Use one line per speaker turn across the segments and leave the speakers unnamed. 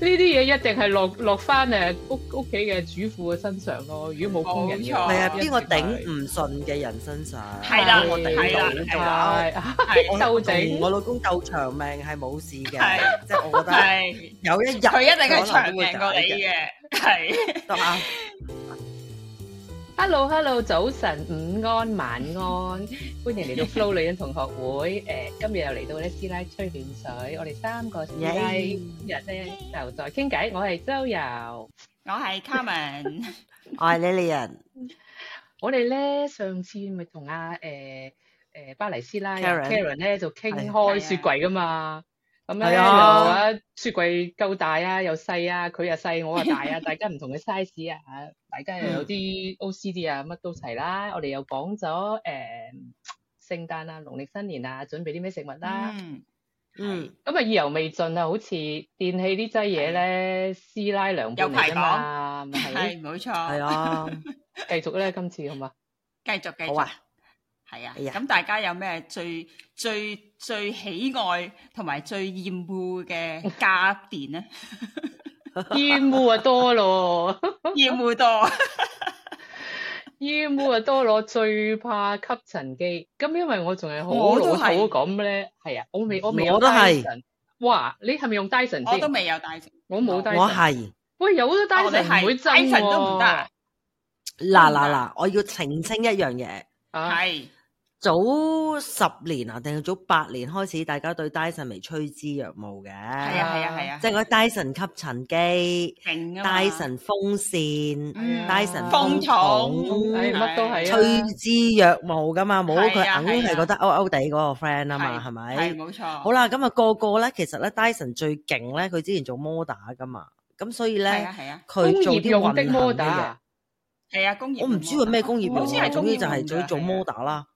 呢啲嘢一定係落落翻誒屋屋企嘅主婦嘅身上咯。如果冇工人嘅話，
係啊，
一定
邊個頂唔順嘅人身上？
係啦
我頂
係啦
唔
係
到
啦
係啊
係
我
鬥
同
整
我老公鬥長命係冇事嘅
係，
即係我覺得
係，
有一日
佢一定係
可能
長
都會
命過你
解嘅，
嘅，係
得啊！
Hello Hello，早晨，午安，晚安，歡迎嚟 到 Flow 女人同學會。誒、呃今日又嚟到咧師奶吹暖水，我哋三個師奶
Yay
今日咧就再傾偈。我係周遊，
我係 Carmen，
我係 Lilian
我哋咧上次咪同阿誒誒巴黎師奶
Karen
Karen 咧就傾
係
開雪櫃噶嘛。咁咧
係
就
啊
話雪櫃夠大啊，又細啊，佢又細，我又大 啊，大家唔同嘅 size 啊，大家又有啲 OCD 啊，乜都齊啦。我哋又講咗誒聖誕啊、農曆新年啊，準備啲咩食物啦。
嗯，Ừ,
嗯，
咁啊，意猶未盡啊，好似電器呢劑嘢咧，師奶涼拌嚟㗎嘛，咪係
係冇
係
錯，
啊，
繼續咧，今次好嘛？
繼續繼
好
續
啊。
係啊，
哎呀
咁大家有咩最最最喜愛同埋最厭惡嘅家電咧？
厭惡啊多咯，
厭惡多，
厭惡啊多咯，最怕吸塵機。咁因為我仲係好
我
老
都係
土咁咧，係啊，我未我未有
我都係
Dyson。哇，你係咪用 Dyson
我都
先？
未有戴成。
我冇
我
Dyson。
係
喂，有咗
我哋
Dyson 唔
係
會震
Dyson 都唔
喎
得啊。
嗱嗱嗱，我要澄清一樣嘢。
啊，
係
早十年啊，定係早八年開始，大家對 Dyson 咪趨之若鶩
係
嘅，
啊係啊係啊，
即係嗰啲 Dyson 吸塵機、
勁啊嘛
Dyson 風扇、
嗯風
Dyson 風
筒，
筒
唉乜都係啊
趨之若鶩噶嘛，冇佢
係啊
硬
係啊
係覺得勾勾地嗰個 friend 啊嘛，
係
係
係
咪？
冇錯。
好啦，咁啊個個咧，其實咧 Dyson 最勁咧，佢之前做摩打噶嘛，咁所以
係
咧
啊係啊
佢
工
做
業
啲
用
運
的啊
行
摩
嘅嘢。
打，
係啊，工業
我唔知佢咩工業用
好似
啊，
係
總
工
之
業
就係總之做
摩打。
model 啦。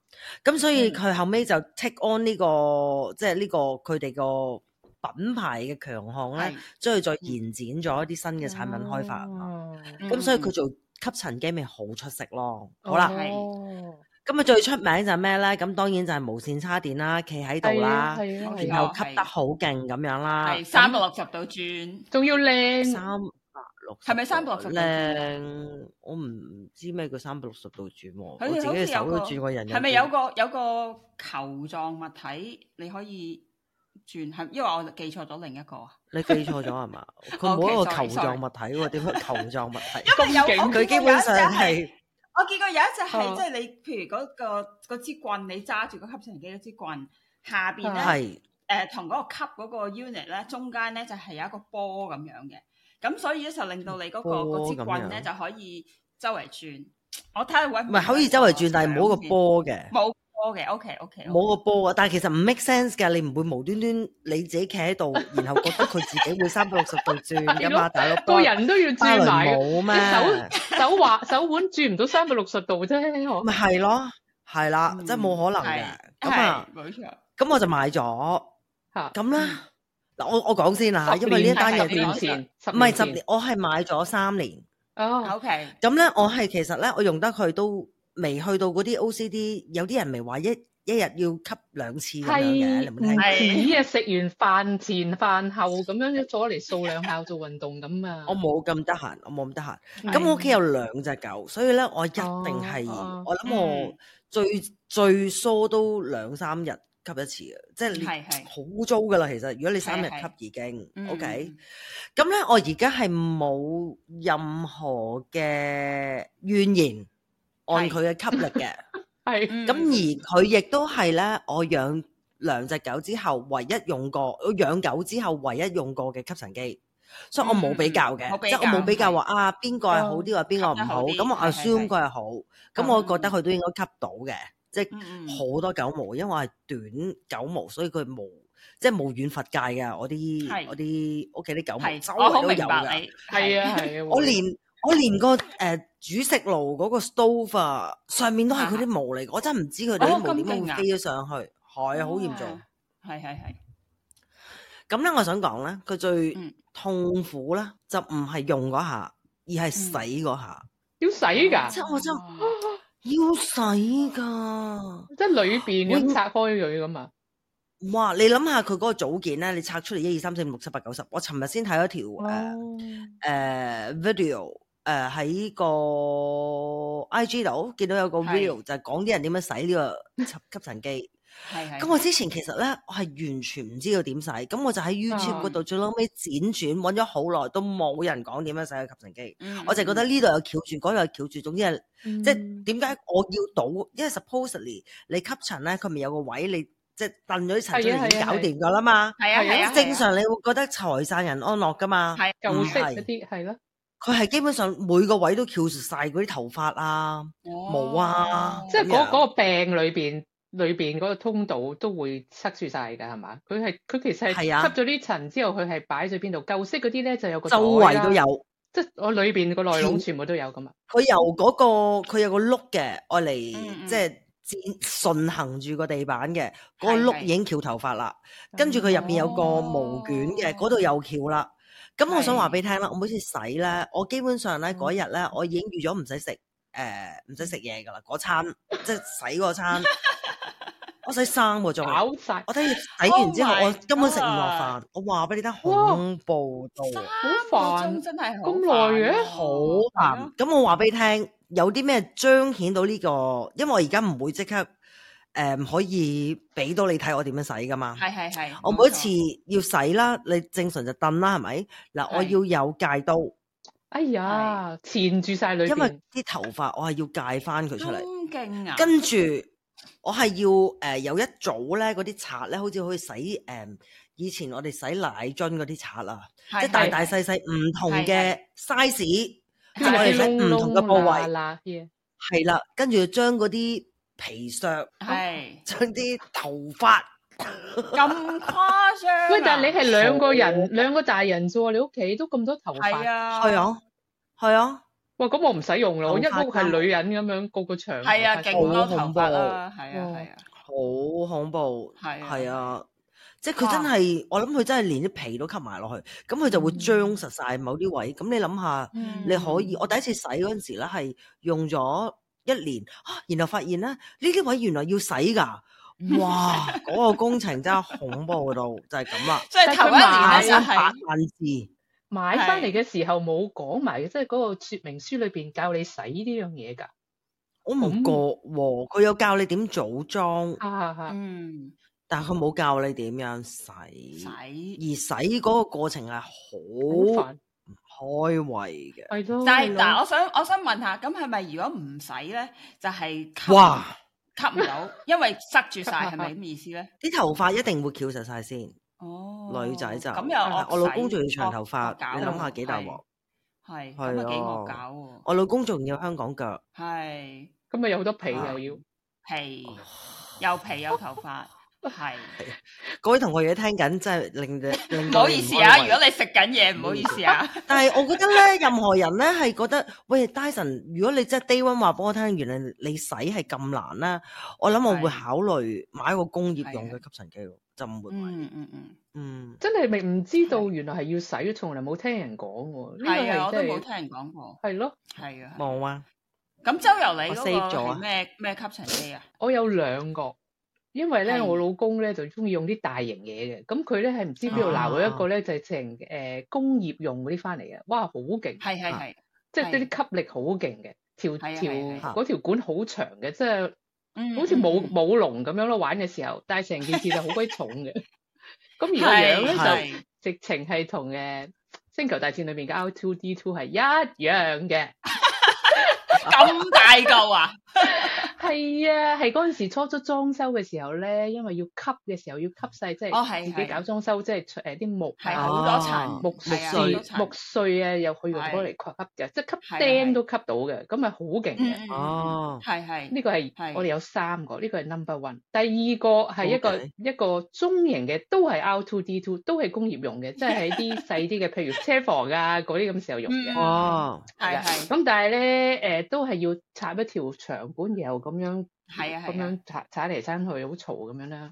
咁所以
嗯
佢後尾就 take on 呢、個即係呢個佢哋個品牌嘅強項
係
咧，將佢再延展咗一啲新嘅產品開發啊嘛。
哦
咁、所以佢
嗯
做吸塵機咪好出色咯。好啦，
係
哦
咁啊最出名就係咩咧？咁當然就係無線叉電啦，企喺度啦，
係啊係啊係
然
啊，
後吸得好勁咁樣啦
係。三百六十度轉，
仲要靚。
三百六
係咪360度轉
靚？我唔知咩叫三百六十度轉喎，我
佢哋
自己
好似
嘅
有
手都
個
轉過人。
係咪有個有個球狀物體你可以轉？係因為我記錯咗另一個啊，
你記錯咗係嘛？ 佢冇一個球狀物體喎，點解球狀物體？
因為有
咁勁
我
佢基
見過有
本
一隻
上
係。
係嗯
我見過有一隻
哦
係即係你，譬如嗰、個嗰支棍，你揸住個吸塵機嗰支棍，下邊咧
啊係
誒同嗰個吸嗰個 unit 咧，中間咧就係、有一個波咁樣嘅，咁所以咧就令到你嗰、個
波
嗰支棍咧
咁
就可以周圍轉。 我睇下揾
唔係可以周圍轉，但係冇一個波嘅，
冇波嘅。OK OK，
冇個波啊！但係其實唔 make sense 㗎，你唔會無端端你自己企喺度，然後覺得佢自己會三百六十度轉㗎嘛，大佬
個人都要
巴
轉
倫
埋嘅，
冇咩？
隻手手滑手腕轉唔到三百六十度啫，我
咪係咯，係啦，
嗯
真係冇可能嘅
係。
咁啊，
係冇錯，
咁我就買咗。
嚇
咁啦，嗱我我講先啦，
十
因為呢一
年
單
前
嘢
十年前，
唔係十
前
年，我係買咗三年。
哦，
OK
咁咧，我係其實咧，我用得佢都未去到嗰啲 OCD，有啲人咪話一一日要吸兩次咁樣嘅，你
係嗯
有冇
唔
聽過？
係
止啊？食完飯前飯後咁樣咗嚟掃兩下做運動咁啊！
我冇咁得閒，我冇咁得閒。
係啊
咁我屋企有兩隻狗，所以咧我一定係、
哦
我
嗯
諗我最、最疏都兩三日吸一次嘅，即係你
係係
好污糟噶啦。其實如果你三日
係係
吸已經
嗯
OK。咁咧，我而家係冇任何嘅怨言，按佢嘅吸力嘅。
係
嗯
咁而佢亦都係咧，我養兩隻狗之後，唯一用過，我養狗之後唯一用過嘅吸塵機，所以我冇比較嘅
嗯嗯嗯冇，比
即係
較
我冇比較話啊邊個係好啲，話邊個唔好，
吸得
咁我
好啲係係
assume
係
佢係好，
嗯
咁我覺得佢都應該吸到嘅，即係
嗯嗯
好多狗毛，因為我係短狗毛，所以佢冇即係無遠佛界嘅，我啲
係
我啲屋企啲狗毛
係
周
我
圍
好
都
明
有
白
㗎。
你
係啊係啊，
我連我連個誒、呃煮食爐嗰個 stove 啊，上面都係佢啲毛嚟，我真係唔知佢哋啲
哦
毛
咁
點解會
勁啊
飛咗上去，係啊好嚴重。，
係係係
咁咧，我想講咧，佢最
嗯
痛苦咧，
嗯
就唔係用嗰下，而係洗嗰下。
要洗㗎，
即係我真
哦
要洗噶。
即係裏邊
喂
咁拆開佢噶嘛。
哇！你諗下佢嗰個組件咧，你拆出嚟一二三四五六七八九十，我尋日先睇咗條诶
哦
诶呃 video 诶喺個 IG 度見到有個
係
video 就係講啲人點樣洗呢 個吸吸塵機。
係係。
咁我之前其實咧，我係完全唔知道點洗，咁我就喺 YouTube
嗯
嗰度最撈尾輾轉揾咗好耐，都冇人講點樣洗個吸塵機。
嗯
我就係覺得呢度有翹住，嗰度有翹住，總之係
即
即係點解我要倒？因為 supposedly 你吸塵咧，佢咪有個位你即係燉咗啲塵出
係啊
嚟已經
係啊
搞掂㗎啦嘛。
係啊係啊，係啊
正常你會覺得財散人安樂㗎嘛。
係啊
舊式
唔係啊
嗰啲係咯，
佢係基本上每個位都翹住晒嗰啲頭髮啊。冇啊
即係
咁
嗰
樣
嗰個病裏邊裏邊嗰個通道都會塞住晒㗎係嘛？佢係佢其實係
係啊
吸咗啲塵之後，佢係擺咗邊度？舊式嗰啲咧就有個
周
袋
圍
啊
啦
都有。，
即係我裏邊個內
條
籠全部都有㗎嘛。
佢由嗰、個佢有個碌嘅，愛嚟
嗯嗯
即係墊順行住個地板嘅，嗰、
係
個碌
係
已經翹頭髮啦。跟住佢入邊有個毛卷嘅，
哦
嗰度又翹啦。咁我想
係
話俾你聽啦，我每次洗咧，我基本上咧
嗯
嗰日咧，我已經預咗唔使食誒唔使食嘢噶啦，嗰餐即係洗嗰 餐，我洗三個鐘。
搞晒
我睇洗完之後，
Oh my
我根本食唔落飯
God。
我話俾你聽，恐怖到
三
啊
個
好
鐘
煩
真係好
咁耐嘅
煩啊
好難。咁我話俾你聽，有啲咩彰顯到呢個？因為我而家唔會即刻誒唔可以俾到你睇我點樣洗噶嘛。
係係係，
我每一次要洗啦，你正常就燉啦，係咪？嗱，
係
我要有戒刀，
哎呀，纏住晒裏
因為
邊，
啲頭髮我係要戒翻佢
冇錯
出嚟，
咁勁啊，
跟住我係要誒、呃有一組咧嗰啲刷咧，好似可以洗誒、嗯以前我哋洗奶樽嗰啲刷啊，
係
即係大
係
大細細唔同
係
嘅 size，即
跟住
係我哋
啲
洗
窿
唔同嘅部
窿
位，
啦嘢，
係啦，跟住將嗰啲皮削，
係
將啲頭髮。
咁誇張啊。
喂，但係你係兩個
好
人，兩個大人啫喎，你屋企都咁多頭
係
髮，
啊，
係啊，係啊，
哇，咁我唔使用咯，我一
頭髮
屋係女人咁樣，個個長頭髮，
係啊，勁多頭
好恐怖
髮啦，係啊
哇
係啊，
好恐怖，
係啊
係啊，即係佢
哇
真係，我諗佢真係連啲皮都吸埋落去，咁佢就會
嗯
張實晒某啲位。咁你諗下，
嗯
你可以，我第一次洗嗰陣時咧，係用咗一年，啊然後發現咧呢啲位原來要洗㗎，哇！嗰個工程真係恐怖到就係咁啦，
即係頭一
但係佢
年咧
下
就
先
係
八萬字，
買翻嚟嘅時候冇講埋，即係嗰個說明書裏邊教你洗呢樣嘢㗎。
我
嗯
唔覺喎，佢有教你點組裝，
啊啊
嗯
但係佢冇教你點樣洗，
洗
而。洗嗰個過程係
好
好
煩，
開胃嘅。
係咯。
但係
係
嗱，
咯
我想我想問下，咁係咪如果唔洗咧，就係吸
哇！
吸唔到，因為塞住晒，係咪咁意思咧？
啲頭髮一定會翹實晒先，
哦，
女仔就
咁
但
又
係我老公仲要長頭髮，
惡
你諗下
搞
幾大
喎
鑊？
係
係
咁啊幾惡
啊
搞喎，
我老公仲要香港腳，
係
咁咪有好多皮
啊
又要，
皮又皮又 頭髮，係
各位同學嘢聽緊，真係 令你令
唔
到
好
你
意思啊！
安
如
慰
果你食緊嘢，唔好意思啊，
但係我覺得咧，任何人咧係覺得，喂，Dyson，如果你真係 day one 話俾我聽，原來你洗係咁難啦，我諗我會
係
考慮買個工業用嘅
係啊
吸塵機喎，就唔會買。
嗯嗯嗯，
嗯，
真係咪唔知道原來係要洗，從來冇聽人講喎。呢
係啊，
個
我都
係
冇
真係
聽人講過，
係咯。
係啊，係
冇啊，
咁周遊你
我
嗰
save
個
咗啊
係咩咩吸塵機啊？
我有兩個，因為咧
係
我老公咧就中意用啲大型嘢嘅，咁佢咧係唔知邊度鬧
啊
咗一個咧就係成誒工業用嗰啲翻嚟嘅，哇好勁，
係係
啊
係，
即係呢啲吸力好勁嘅，條
係啊
條
係啊係
啊
嗰條管好長嘅，即係
嗯
好似
嗯
舞
嗯
舞龍咁樣咯，玩嘅時候，但係成件事就好鬼重 嘅。咁而個樣
係
咧
係
就直情係同誒星球大戰裏邊嘅 R two D two 係一樣嘅。
咁大嚿啊！
係啊，係嗰陣時初初裝修嘅時候咧，因為要吸嘅時候要吸晒，即
哦
係
係
自己
係
搞裝修，即係誒啲木
係
啊、
好多層
啊
木
係啊
好
碎
多
層
木碎啊，又去用嗰個嚟吸嘅，即係吸
係係
釘都吸到嘅，咁咪啊好勁
嗯
嘅。
嗯，嗯
哦，
係係
呢個係
係
我哋有三個，呢個係 number one。第二個係一個
OK
一個中型嘅，都係 R two D two，都係工業用嘅，即係喺啲細啲嘅，譬如車房啊嗰啲咁時候用嘅。
嗯
哦，
係係
咁但係咧，誒都係要插一條長管，然後咁樣
係啊係啊
咁樣踩踩嚟踩去，好嘈咁樣啦。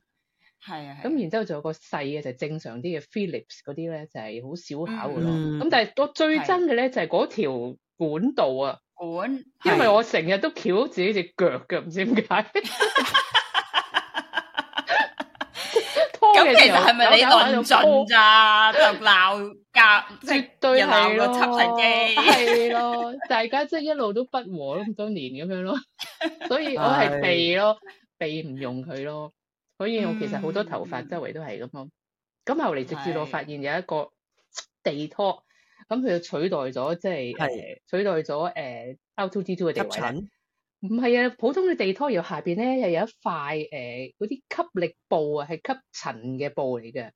係啊，
咁然之後仲有個細嘅就係正常啲嘅 Philips 嗰啲咧，就係好小巧嘅咯。
嗯
咁但係我最
係
憎嘅咧就係嗰條管道啊，
本
因為我成日都翹自己隻腳嘅，唔知點 解。拖
咁
嘅
其
時
實
候
係咪你
搞搞下
論
就拖
盡咋？就鬧架，即係
絕對
又鬧
係
個
咯，
插 塵機。
係咯，大家即係一路都不和咯，咁多年咁 樣咯，所以我係
係
避咯，避唔用佢咯，所以我其實好多頭髮
嗯
周圍都係咁咯。咁後嚟直至
係
我發現有一個地拖，咁佢就取代咗即係
係
誒取代咗誒 R2D2 嘅地
吸
位啦。
塵
唔係啊，普通嘅地拖油下邊咧又有一塊誒嗰啲吸力布啊，係吸塵嘅布嚟嘅。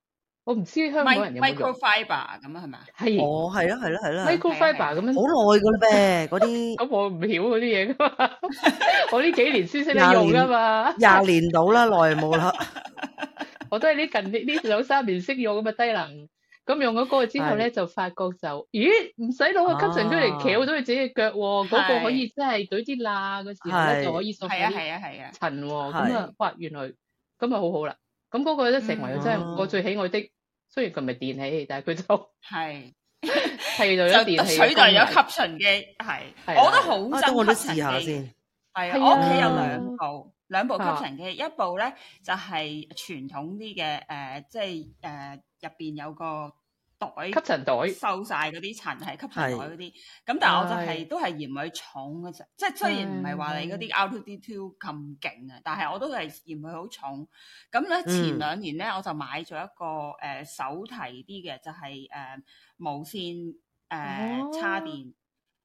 我唔知香港人有冇用，
microfiber 咁啊，係咪啊？
係
哦，係啦，係啦，係啦，
microfiber 咁樣
好耐噶啦咩？嗰啲
咁我唔曉嗰啲嘢噶嘛，我呢幾年先識得
廿
用噶
年
嘛，
廿年到啦，耐冇啦，
我都係呢近呢呢兩三年識用咁嘅低能。咁用咗嗰個之後咧，就發覺就，咦，唔使攞個吸塵出嚟
啊
翹到佢自己嘅腳喎，嗰個可
係
以真係舉啲罅嘅時候
係
咧，就可以掃
係啊，
啲
係啊，係啊。
塵喎。
係
咁啊，哇，原來咁啊好好啦。咁嗰個咧成為咗真係
嗯
我最喜愛的，雖然佢唔係電器，但係佢就
係
替代咗
就
電器嘅
取代咗
功能
吸塵機，係
係啦
我都好
啊，等我都
憎吸
試下
塵機。
先。
係
係啊，我屋企有
啊
兩部兩部吸
啊
塵機，一部咧就係傳統啲嘅誒，即係誒入邊有個袋
吸塵袋。
收晒嗰啲塵係吸塵袋
係
嗰啲，咁但係我就係、
係
都係嫌佢重嘅啫，即係雖然唔係話
嗯
你嗰啲 out D two 咁勁啊，但係我都係嫌佢好重。咁咧前
嗯
兩年咧我就買咗一個誒、呃手提啲嘅，就係、呃無線誒、呃
哦
叉電誒、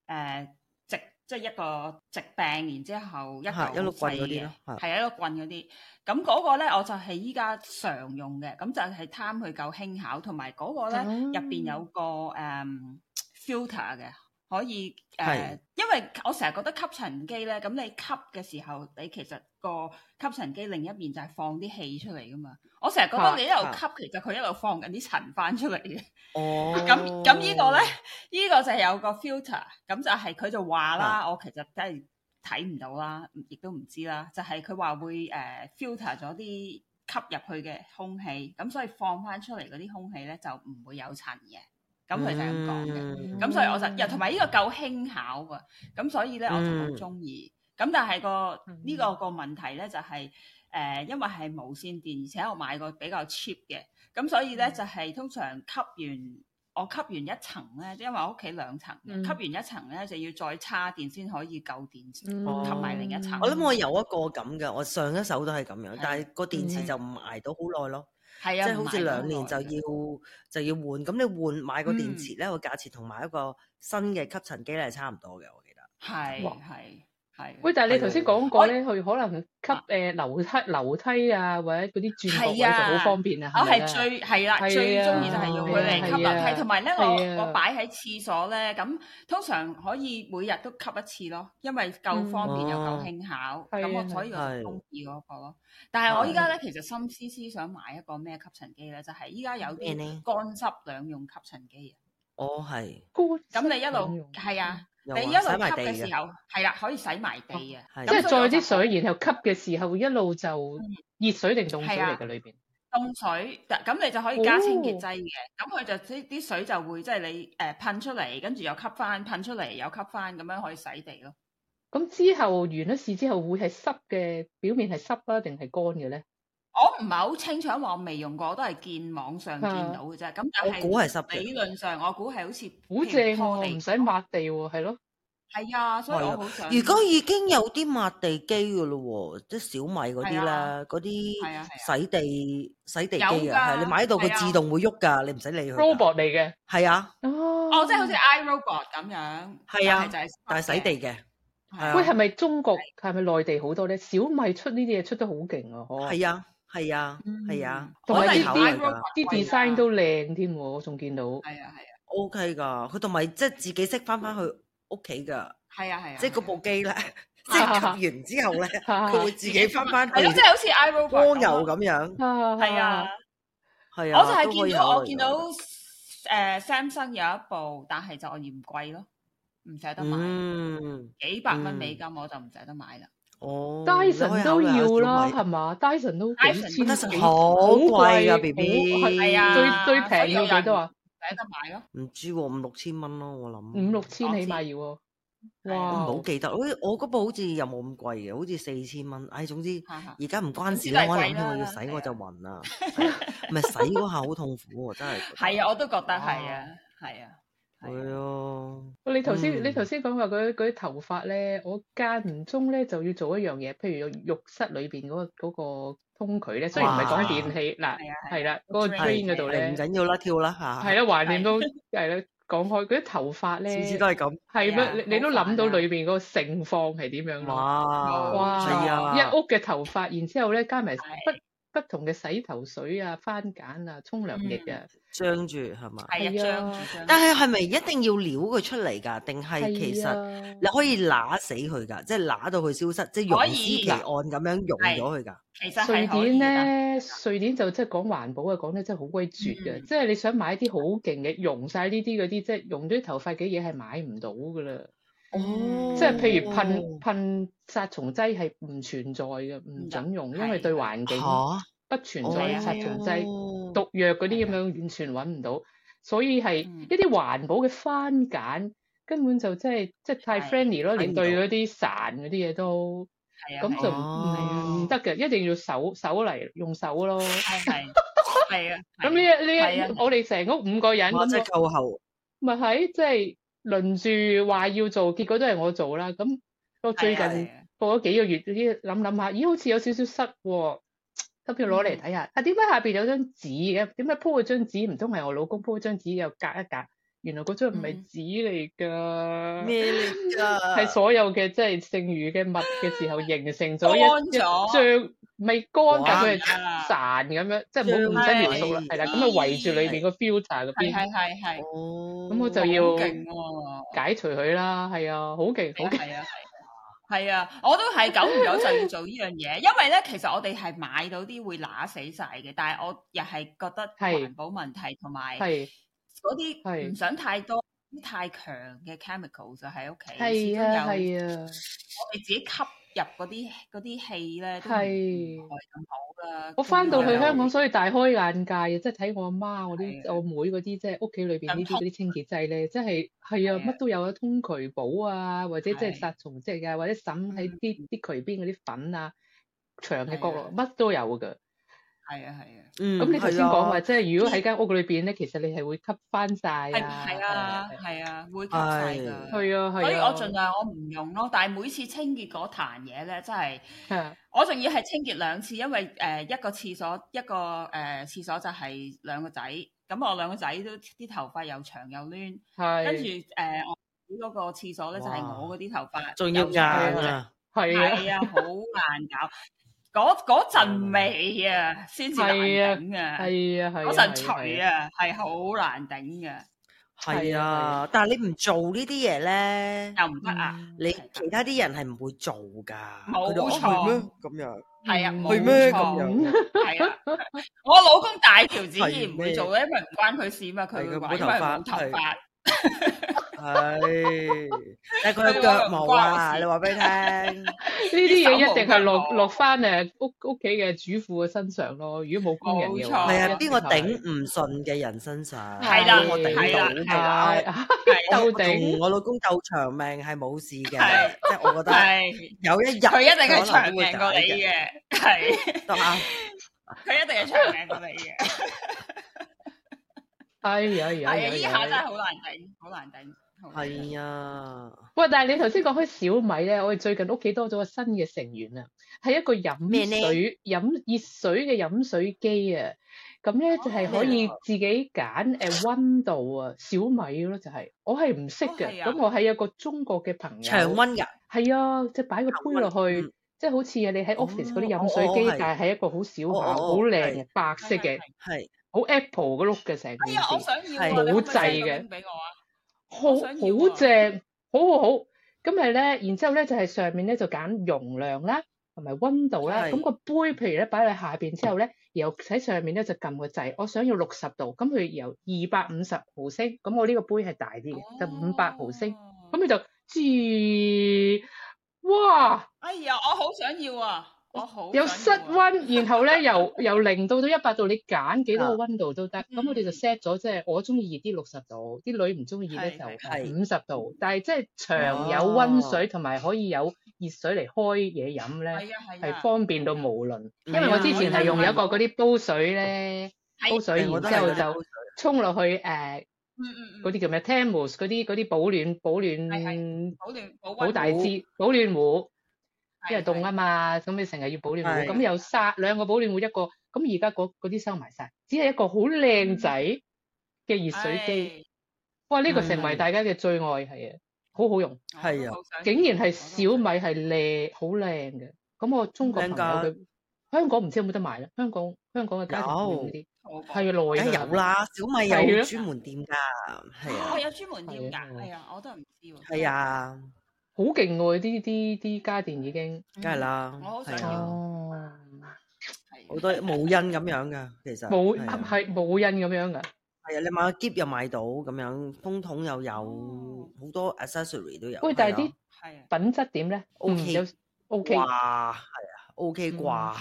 呃直即係一個直柄，然之後一
嚇
嚿
一碌棍
細
嗰啲
嘅
咯嚇
係一碌棍嗰啲。咁嗰個咧我就係依家常用嘅，咁就係貪佢夠輕巧，同埋嗰個咧。嗯入邊有個誒、嗯 filter 嘅，可以誒，
係
因為我成日覺得吸塵機咧，咁你吸嘅時候，你其實個吸塵機另一面就係放啲氣出嚟噶嘛。我成日覺
啊
得你一路
啊
吸，其實佢一路放緊啲塵翻出嚟嘅。
哦，
咁咁呢個咧，呢、個就係有個 filter，咁就係佢就話啦，我其實真係睇唔到啦，亦都唔知啦，就係佢話會誒、呃 filter 咗啲吸入去嘅空氣，咁所以放翻出嚟嗰啲空氣咧就唔會有塵嘅，咁佢就係咁講嘅。
嗯
咁所以我就又同埋呢個夠輕巧啊，咁所以咧我就好
嗯
中意。咁但係個
嗯
呢個個問題咧就係、呃因為係無線電，而且我買個比較 cheap 嘅，咁所以咧
嗯
就係、通常吸完我吸完一層咧，因為我屋企兩層，
嗯
吸完一層咧就要再叉電先可以夠電，吸
嗯
埋另一層。
我諗我有一個咁嘅，我上一手都係咁樣
係，
但係個電池
嗯
就唔捱到好耐咯，
係
即
啊，
係好似
唔買
兩
咁
年
耐
就要就要換。咁你換買個電
嗯
池咧，個價錢同買一個新嘅吸塵機咧係差唔多嘅，我記得。
係
哇
係係。
喂，但係你頭先講過咧，佢可能吸
啊
誒樓梯樓梯啊，或者嗰啲轉角位
係啊
就好方便啊，
我
係
係
咪咧？
最係
係
啦，
啊
最中意就係用佢嚟吸
係
樓
啊
梯，同埋咧
係啊
我我擺喺廁所咧，咁通常可以每日都吸一次咯，因為夠方便又夠輕巧，
嗯
咁
係啊
我所以我
係
就中意嗰個咯。但係我依家咧其實心思思想買一個咩吸塵機咧，就係依家有
咩
啲
呢
乾濕兩用吸塵機啊，
哦，係，
咁你一
兩
路
用
係啊，
又
你一
話
路
洗埋
吸
地
嘅
嘅
時，候係啦，可以洗埋地啊，
係
即係
咁所以
載
我就
啲水，然後吸嘅時候一路就熱水定凍水嚟嘅裏邊。
凍水，嗱咁你就可以
哦
加清潔劑嘅，咁佢、就啲啲水就會即係你誒、呃、噴出嚟，跟住又吸翻，噴出嚟又吸翻，咁樣可以洗地咯。
咁之後完咗事之後，會係濕嘅，表面係濕啊，定係乾嘅咧？
我唔係好清楚，因為我未用過，我都係見網上見
啊
到嘅啫。咁
我
但
估
係
係濕嘅。
理論上，我估係好似
好
譬
正
如拖地
喎，唔使抹地喎，係咯。
係啊，所以
係啊
我好想。
如果已經有啲抹地機嘅咯喎，即係小米嗰啲
係
啦
啊，
嗰
係啊
啲洗地洗地
有
機啊，係
㗎
你買到
係
佢
啊
自動會喐㗎，你唔使理佢㗎。
robot 嚟嘅。
係啊，
哦
哦，即係好似 iRobot 咁樣，
係
但係
啊
就係濕
但係洗
嘅
地，嘅。
係啊
喂，係咪中國係咪內地好多咧？小米出呢啲嘢出得好勁
哦
啊！嗬，
係啊，係啊，係啊，
同
我
埋
哋
啲
考慮
iRobot 啊
㗎
啲 design 都靚添喎，我仲見到。
係啊係啊
o K 㗎。佢同埋即係自己識翻翻去屋企㗎，
係啊係啊，哦
即係嗰部機咧， 即 係吸完之後咧，
哈
佢
哈
會自己翻翻去
係啊咯，即係好似 iRobot
蜗
咁
牛
咯
咁樣。
哈哈
係啊。
係啊，
我就
都可
係
以
見
考
到我
慮
見
㗎
到誒 Samsung 有一部，但係就我嫌貴咯，唔捨得買，
嗯。
幾百蚊
嗯
美金我就唔捨得買啦。
哦，
Dyson 都要啦，係
係
嘛？Dyson 都幾
Dyson
千
，Dyson
幾，
好貴啊㗎
好
BB
好係
係啊，
最最平要幾多啊？
所以有人唔捨得買咯，
唔知喎，五六千蚊咯，我諗
五六千起碼要喎。
係
我
啊
哇
唔好記得，好似我嗰部好似又冇咁貴嘅，好似四千蚊。唉，總之
嚇嚇
而家唔關事
總之都係貴
啦，我諗起
啦
我要洗
係啊
我就暈啦，係啊唔係洗嗰下好痛苦喎，真係覺得。
係啊，我都覺得係
哇
啊，係啊，係啊，
係啊，
喂你頭先
嗯
你頭先講話嗰啲嗰啲頭髮咧，我間唔中咧就要做一樣嘢，譬如浴室裏邊嗰個嗰個通渠咧，雖然唔係講電器嗱，
係啊，係啊
係啦，嗰個
係
drain 嗰度
係
咧
唔，緊要啦，跳啦
係
嚇，
啦，懷念到係啦，講開嗰啲頭髮咧，
次次都係咁。
係
係啊
咩？你你都
好煩
諗到
啊
裏邊嗰個盛況係點樣咯？
哇！
嗯哇
係啊，
一屋嘅頭髮，然之後咧加埋不
係
不同嘅洗頭水啊、番梘啊、沖涼液啊，
張住係嘛？
係啊，
係啊
張住張
但係係咪一定要撩佢出嚟㗎？定
嗯
係其實？
實
你可以揦死佢㗎，即係揦到佢消失，即係溶
可
屍
以
奇案咁樣溶咗佢㗎。
其實
瑞
係可以
典
㗎，
咧，瑞典就即係講環保啊，講得真係好鬼絕嘅，
嗯
即係你想買啲好勁嘅，溶晒呢啲嗰啲，即係溶咗啲頭髮嘅嘢係買唔到噶啦，
嗯
即係譬如噴噴殺蟲劑係唔存在嘅，
嗯
唔準用，
唔得
因為對環境
嚇，
不存
係
在
啊
殺蟲劑、
哦
毒藥嗰啲咁樣完全揾唔到，所以係
嗯
一啲環保嘅番梘根本就真係即係太
係
friendly 咯，連
睇唔到
對嗰啲潺嗰啲嘢都。
係啊，
咁
係
就
啊
唔唔得嘅，一定要手手嚟用手咯。
係係係啊，
咁
係
呢一
係
呢
啊
一，我哋成屋五個人，
哇！真
咁
係夠後，
咪係即係輪住話要做，結果都係我做啦。咁我最
係啊
近
係啊
過咗幾個月，啲諗諗下，咦，好似有少少塞喎。咁要攞嚟睇下，啊點解下邊有張紙嘅？點解鋪咗張紙？唔通係我老公鋪咗張紙又隔一隔？原來嗰張唔係
嗯
紙嚟㗎。
咩啊嚟㗎？
係所有嘅即係剩餘嘅物嘅時候形成咗一
乾
一
咗
張咪乾㗎，
哇
佢係
啊
潺咁樣，即係唔好唔使描述啦，係啦，咁啊圍住裏邊個 filter 嗰
係
邊，
係係係，
哦，
咁我就
好
要
勁喎！
解除佢啦，係啊，好勁好勁，
係啊，係啊，我都係久唔久就要做呢 樣嘢，因為咧，其實我哋係買到啲會揦死晒嘅，但係我又係覺得
係
環保問題同埋
係
嗰啲
係
唔想太多太強嘅 chemical 就喺屋企，始
係
終
啊
有
係啊，
我哋自己吸入嗰啲嗰啲氣咧，都唔
係
唔係咁好啦。
我翻到去香港，
咁
所以大開眼界啊！即係睇我阿媽、我
啊係
啲
啊
我妹嗰啲，即係屋企裏邊呢啲
咁
嗰啲清潔劑咧，即係係啊，
係啊
乜都有啊，通渠寶啊，或者即係
係
殺蟲劑啊，或者抌喺
嗯
啲啲渠邊嗰啲粉啊、長嘅
係
角落，乜都有㗎。
係啊係啊。
嗯
咁你頭先講話，
係啊
即係如果喺間屋裏邊咧，其實你係會吸翻晒啊。
系系啊系啊，會吸晒
係
㗎。
係啊，係啊。
所以我盡量我唔用咯，但係每次清潔嗰壇嘢咧，真係
係啊
我仲要係清潔兩次，因為誒、呃一個廁所一個誒、呃、廁所就係兩個仔，咁我兩個仔都啲頭髮又長又攣，
係
跟住誒我嗰個廁所咧就係
哇
我嗰啲頭髮
仲要
又
硬
長又直
啊！
係啊，
係啊，好難搞。嗰嗰陣味啊，先至難頂啊！
係啊，係啊。
嗰
係
陣
啊
除，啊，係好難頂嘅，
係
係
啊
啊，
但係你唔做呢啲嘢咧，
又唔得啊！
你其他啲人係唔會做㗎。
冇
佢哋話
錯
哦係咩咁樣？
係啊，
嗯
冇
係咩
錯
咁樣？
係啊，我老公大條子
係咩
怡唔會做咧，因為唔關佢事嘛，佢
係佢
會話因為
冇頭髮
冇頭髮，
係，但係佢有腳毛啊！你話俾佢聽。
呢啲嘢一定係
手
落
忙
落翻誒屋屋企嘅主婦嘅身上咯。如果冇工人嘅
冇
話，
錯
係
一
啊，
定
邊個頂唔順嘅人身上？
係
啦
邊個
係啦
頂到
係
㗎
啊
係
鬥
我
頂
同我老公鬥長命係冇事嘅
係，
即係我覺得
係
有一日
佢一定係
可能
長
都會
命過你
解
嘅，係
嘅，得啊，
佢一定係長命過你嘅，
哎呀哎
係
呀
啊，
哎
呢
呀！
下真係好難頂，好難頂，好難頂
係啊，
喂，但係你頭先講開小米咧，我哋最近屋企多咗個新嘅成員啊，係一個
咩
飲
呢
水飲熱水嘅飲水機啊。咁咧就係可以
啊
哦
自己揀誒温度啊，小米咯就係、我係唔識
哦係
嘅。
啊
咁、我係有個中國嘅朋友，
長温㗎，
係啊，即係擺個杯落
嗯
去，即係好似你喺
哦
office 嗰啲飲水
哦哦
機
係，
但係係一個好小
哦哦
巧、
哦
好靚
係
嘅白色嘅，
係
好 Apple 嘅 look 嘅成
哎
件
呀，我
事，
想要啊
係
你可唔可以
冇掣
send 個
嘅
link 俾我啊，
好
我想要
好
啊
正，好好好。咁係咧，然之後咧就係上面咧就揀容量啦，同埋温度啦。
係
咁個杯譬如咧擺喺下邊之後咧，然後喺上面咧就撳個掣，我想要六十度，咁佢由二百五十毫升，咁我呢個杯係大啲嘅，就五百毫升，
哦
咁佢就知，哇！
哎呀，我好想要啊！我好
有室
想要啊
温，然後咧由 由零到到一百度，你揀幾多個温度都得。咁我哋就
嗯
set 咗，即係我中意熱啲六十度，啲女唔中意熱咧就
係哦
係
五十度。但係即係長有温水同埋可以有熱水嚟開嘢飲咧，
係啊係
係
啊，
方便到無論。因
係啊
為我之前係用有一個嗰啲煲水咧，煲水
我
然
都
之
係啊
後
嗰啲
就沖落去誒
嗯嗯
嗰
嗯，
啲叫咩 Thermos 嗰啲嗰啲保暖保
係
暖
保暖保温
好大
壺
支保暖壺。
係
因為凍啊
係
嘛，咁你成日要保暖
係
壺，咁有三兩個保暖壺一個，咁而家嗰嗰啲收埋晒，只係一個好靚仔嘅熱水機，哇！呢、個成為
嗯
大家嘅最愛，係啊，好好用，
唉
係
我
啊
都好想
竟然係小
我都好
米係靚，好靚嘅。咁我中國朋友
靚
佢香港唔知有冇得賣咧？香港香港嘅街頭
有
嗰啲
想淘寶
係
梗
內
係有，啦，小米
係
有
啊
專門店㗎，係
哦，
啊，
有專門店㗎，
係啊
係啊，我都係唔知喎。
係，啊，
好勁喎！啲啲啲家電已經
梗
Ừ,
係，啦，
我好想
係
要
啊，
哦，
à.
好多冇印咁樣㗎，其實
冇
係啊
係冇印咁樣噶，
係啊，你買個箧又買到咁樣，風筒又有，
哦
好多 accessory 都有。
喂，但係啲
係啊，
品質點咧
OK
嗯有 O
係
K
啊哇，係啊，OK 啩，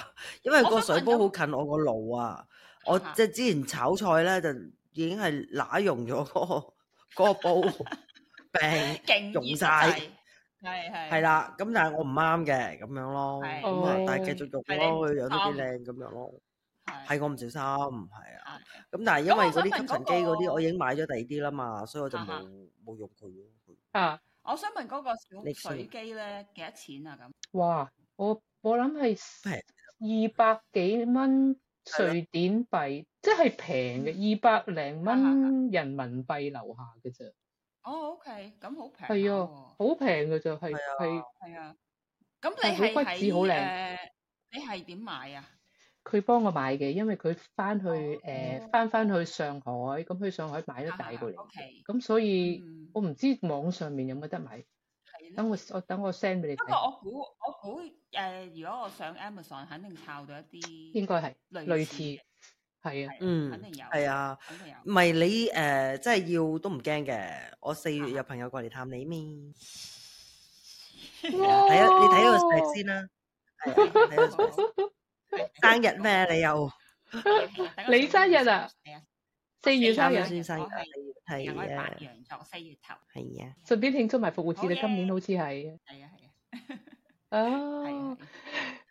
因為
嗯我想
個水
問
煲
有
好近我個爐啊，我
啊
即係之前炒菜咧就已經係乸溶咗嗰個嗰個 煲病。
勁
用
熱
晒
曬，係係
係，啦，咁但係我唔啱嘅咁樣咯，
係
咁啊
哦，
但係繼續用
係你唔
咯，佢樣都幾
小
靚咁樣咯，
係
係我唔小心，係啊，
啊
咁但係
咁
因
我
為嗰
想
啲
問
吸
嗰
塵機嗰啲，
個
我已經買咗第二啲啦嘛，所以我就
啊哈
冇冇用佢咯。
啊！
我想問嗰個
你
小水
先
機咧幾多錢啊？咁
哇！我我諗係二百幾蚊瑞典幣，即係平
嗯
嘅，二百零蚊人民幣樓下嘅啫，
哦，OK，咁好平
係
下
啊好平嘅啫，係
係啊
係
喎，係啊，咁
但
你
係
係
好骨子好靚
喺誒，你係點買啊？
佢幫我買嘅，因為佢翻去
哦
誒翻翻去上海，咁去上海買
啊
咗大過嚟
，OK，
嘅，咁所以
嗯，
我唔知網上面有冇得買，
係咯
等。我我等我 send 俾你
不過
睇，
我估我估誒、如果我上 Amazon 肯定抄到一啲
應該係類
類
似
嘅，
係啊，
嗯
肯定有，
係啊，
肯定有。
唔係你誒、呃，真係要都唔驚嘅。我四
啊
月有朋友過嚟探你咩？
哦
係啊睇下你睇
睇
個 spec 先啦。係啊，睇個 spec 生 日咩？你又
你生日啊？
係啊，
四月生
啱
日
啱。
先生日
我
啊
哦係
係
我係白
啊，
羊座四月頭，
係啊，
順便慶祝埋復活
好
節啦，今年
嘢
好似係
係啊係 啊
啊
係啊。。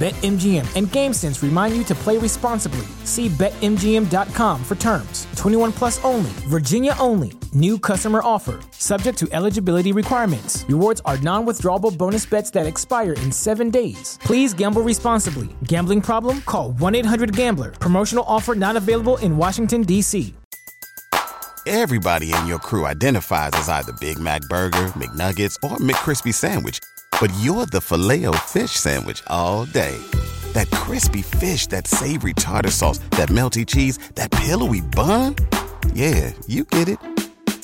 BetMGM and GameSense remind you to play responsibly. See BetMGM.com for terms. 21 plus only, Virginia only. New customer offer, subject to eligibility requirements. Rewards are non withdrawable bonus bets that expire in seven days. Please gamble responsibly. Gambling problem? Call 1 800 Gambler. Promotional offer not available in Washington, D.C.
Everybody in your crew identifies as either Big Mac Burger, McNuggets, or McCrispy Sandwich. But you're the filet fish Sandwich all day. That crispy fish, that savory tartar sauce, that melty cheese, that pillowy bun. Yeah, you get it.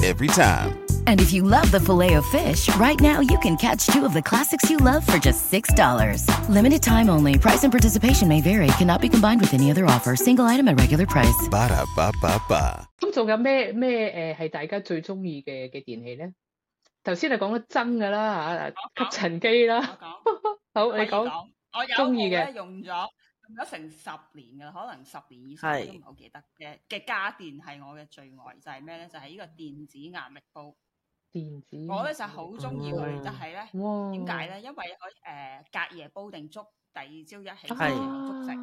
Every time.
And if you love the filet of fish, right now you can catch two of the classics you love for just $6. Limited time only. Price and participation may vary. Cannot be combined with any other offer. Single item at regular price.
Ba-da-ba-ba-ba.
咁仲有咩咩誒係大家最中意嘅嘅電器咧？頭先你講咗蒸㗎啦
我
嚇，
講
吸塵機
我
啦，
講。
好
可
你
以
講，
講，我啊有
鍾
部
意嘅
咧用咗用咗成十年噶，可能十年以上我都
係
唔係好記得嘅嘅家電係我嘅最愛，就係咩咧？就係、呢個電子壓力煲。
電子
我咧就好中意佢，
嗯
就係咧
哇
點解？咧？因為可以誒、呃隔夜煲定粥，第二朝一起
Ờ.
身就
係
粥食，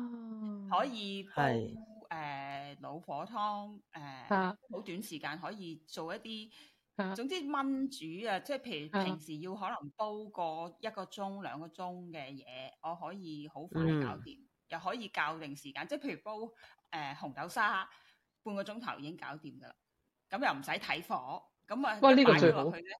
可以煲誒
係、
呃老火湯誒，好、
啊
短時間可以做一啲。
啊
總之炆煮啊，即係譬如
啊
平時要可能煲個一個鐘兩個鐘嘅嘢，我可以好快
嗯
搞掂，又可以校定時間。即係譬如煲誒、呃、紅豆沙，半個鐘頭已經搞掂㗎啦。咁又唔使睇火，咁啊，
哇呢個
擺咗
最
落
好
去咧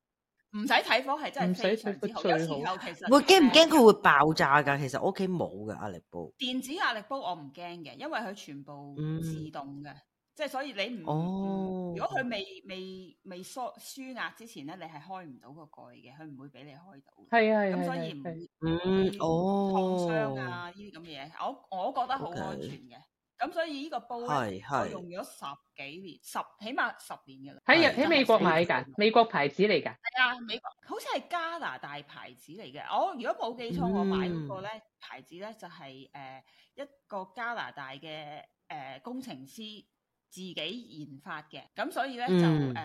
唔使睇火係真係非常之好。
唔使睇火
有
最
時
好
候其實
會驚唔
誒
驚佢會爆炸㗎？其實我屋企冇㗎壓力煲。
電子壓力煲我唔驚嘅，因為佢全部
嗯
自動嘅，即係所以你唔、
哦
如果佢未未未疏舒壓之前咧，你係開唔到個蓋嘅，佢唔會俾你開到嘅。
係啊係啊，
咁
係
所
啊
以唔
係啊
會
嗯，
燙傷
哦，
啊呢啲咁嘅嘢，我我覺得好安全嘅。咁所以呢個煲咧，
係
我
係
用咗十幾年，十起碼十年嘅啦。
喺日
真係
喺美國
十年
買㗎，美國牌子嚟㗎。
係啊，美國好似係加拿大牌子嚟嘅。我如果冇記錯，我買嗰個咧牌子咧就係、呃一個加拿大嘅誒、呃工程師自己研發嘅，咁所以咧就誒誒、
嗯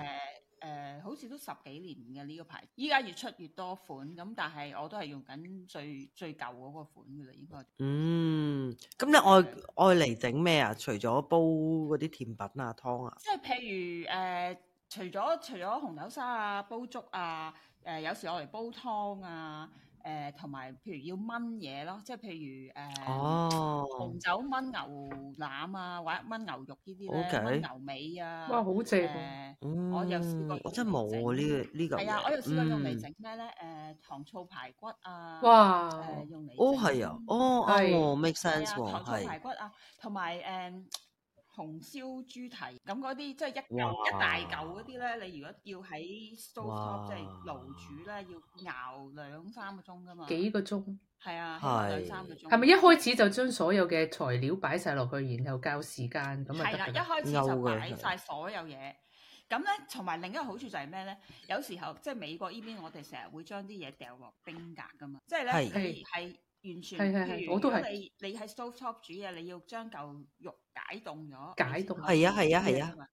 呃好似都十幾年嘅呢個牌子，依家越出越多款，咁但係我都係用緊最最舊嗰個款嘅啦，應該。
嗯，咁你愛愛嚟整咩啊？除咗煲嗰啲甜品啊、湯啊，
即係譬如誒、呃除咗除咗紅豆沙啊、煲粥啊，誒、有時我嚟煲湯啊，誒同埋譬如要炆嘢咯，即係譬如誒、呃
哦
紅，酒炆牛腩啊，或者炆牛肉呢啲咧，炆
OK
牛尾啊，
哇，好正喎！
誒我
我
有試過
嗯我真係冇喎呢個呢個。
係啊，我又試過用嚟
嗯
整咩咧？誒、糖醋排骨啊，誒、
哇，
用嚟
哦，
整
係啊，哦，
係
哦，make
係
sense
啊，糖
喎，
醋排
係，
骨啊，同埋誒紅燒豬蹄，咁嗰啲即係一
哇
嚿一大嚿嗰啲咧，你如果要喺 stove top 即係爐煮咧，要熬兩三個鐘噶嘛。
幾個鐘
係啊，起
係
碼兩三個鐘。
係咪一開始就將所有嘅材料擺晒落去，然後較時間咁啊
係
得
啦，
㗎
一
啦？
開始
勾
就
嘅
擺晒所有嘢。咁咧，同埋另一個好處就係咩咧？有時候即係美國呢邊，我哋成日會將啲嘢掉落冰格噶嘛，即係咧
係
係係完全。
係係係
譬如
我都係
如果你你喺 stove top 煮嘢，你要將嚿肉解凍咗。
解凍
係啊係啊係啊
啊。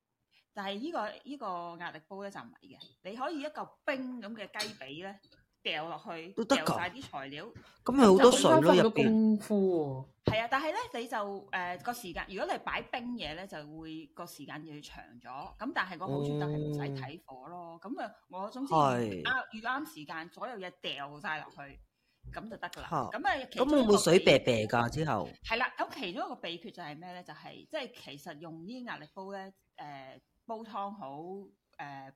但係呢個呢個壓力煲咧就唔係嘅，你可以一嚿冰咁嘅雞髀咧掉落去，
都得
掉
㗎
晒啲材料。
咁咪好多水
花
咯
咁
入
多
邊，
功夫
係啊，但係咧你就誒個、時間，如果你擺冰嘢咧，就會個時間要長咗。咁但係個好處就係唔使睇火咯。咁啊、我總之
哦
預
係
啱預啱時間，所有嘢掉晒落去，咁就得㗎啦。
嚇
咁啊，其中
咁會
一
唔
個
會水
秘
啤啤㗎？之後，
係啦，咁其中一個秘訣就係咩咧？就係即係其實用呢啲壓力煲咧，誒、煲湯好，誒、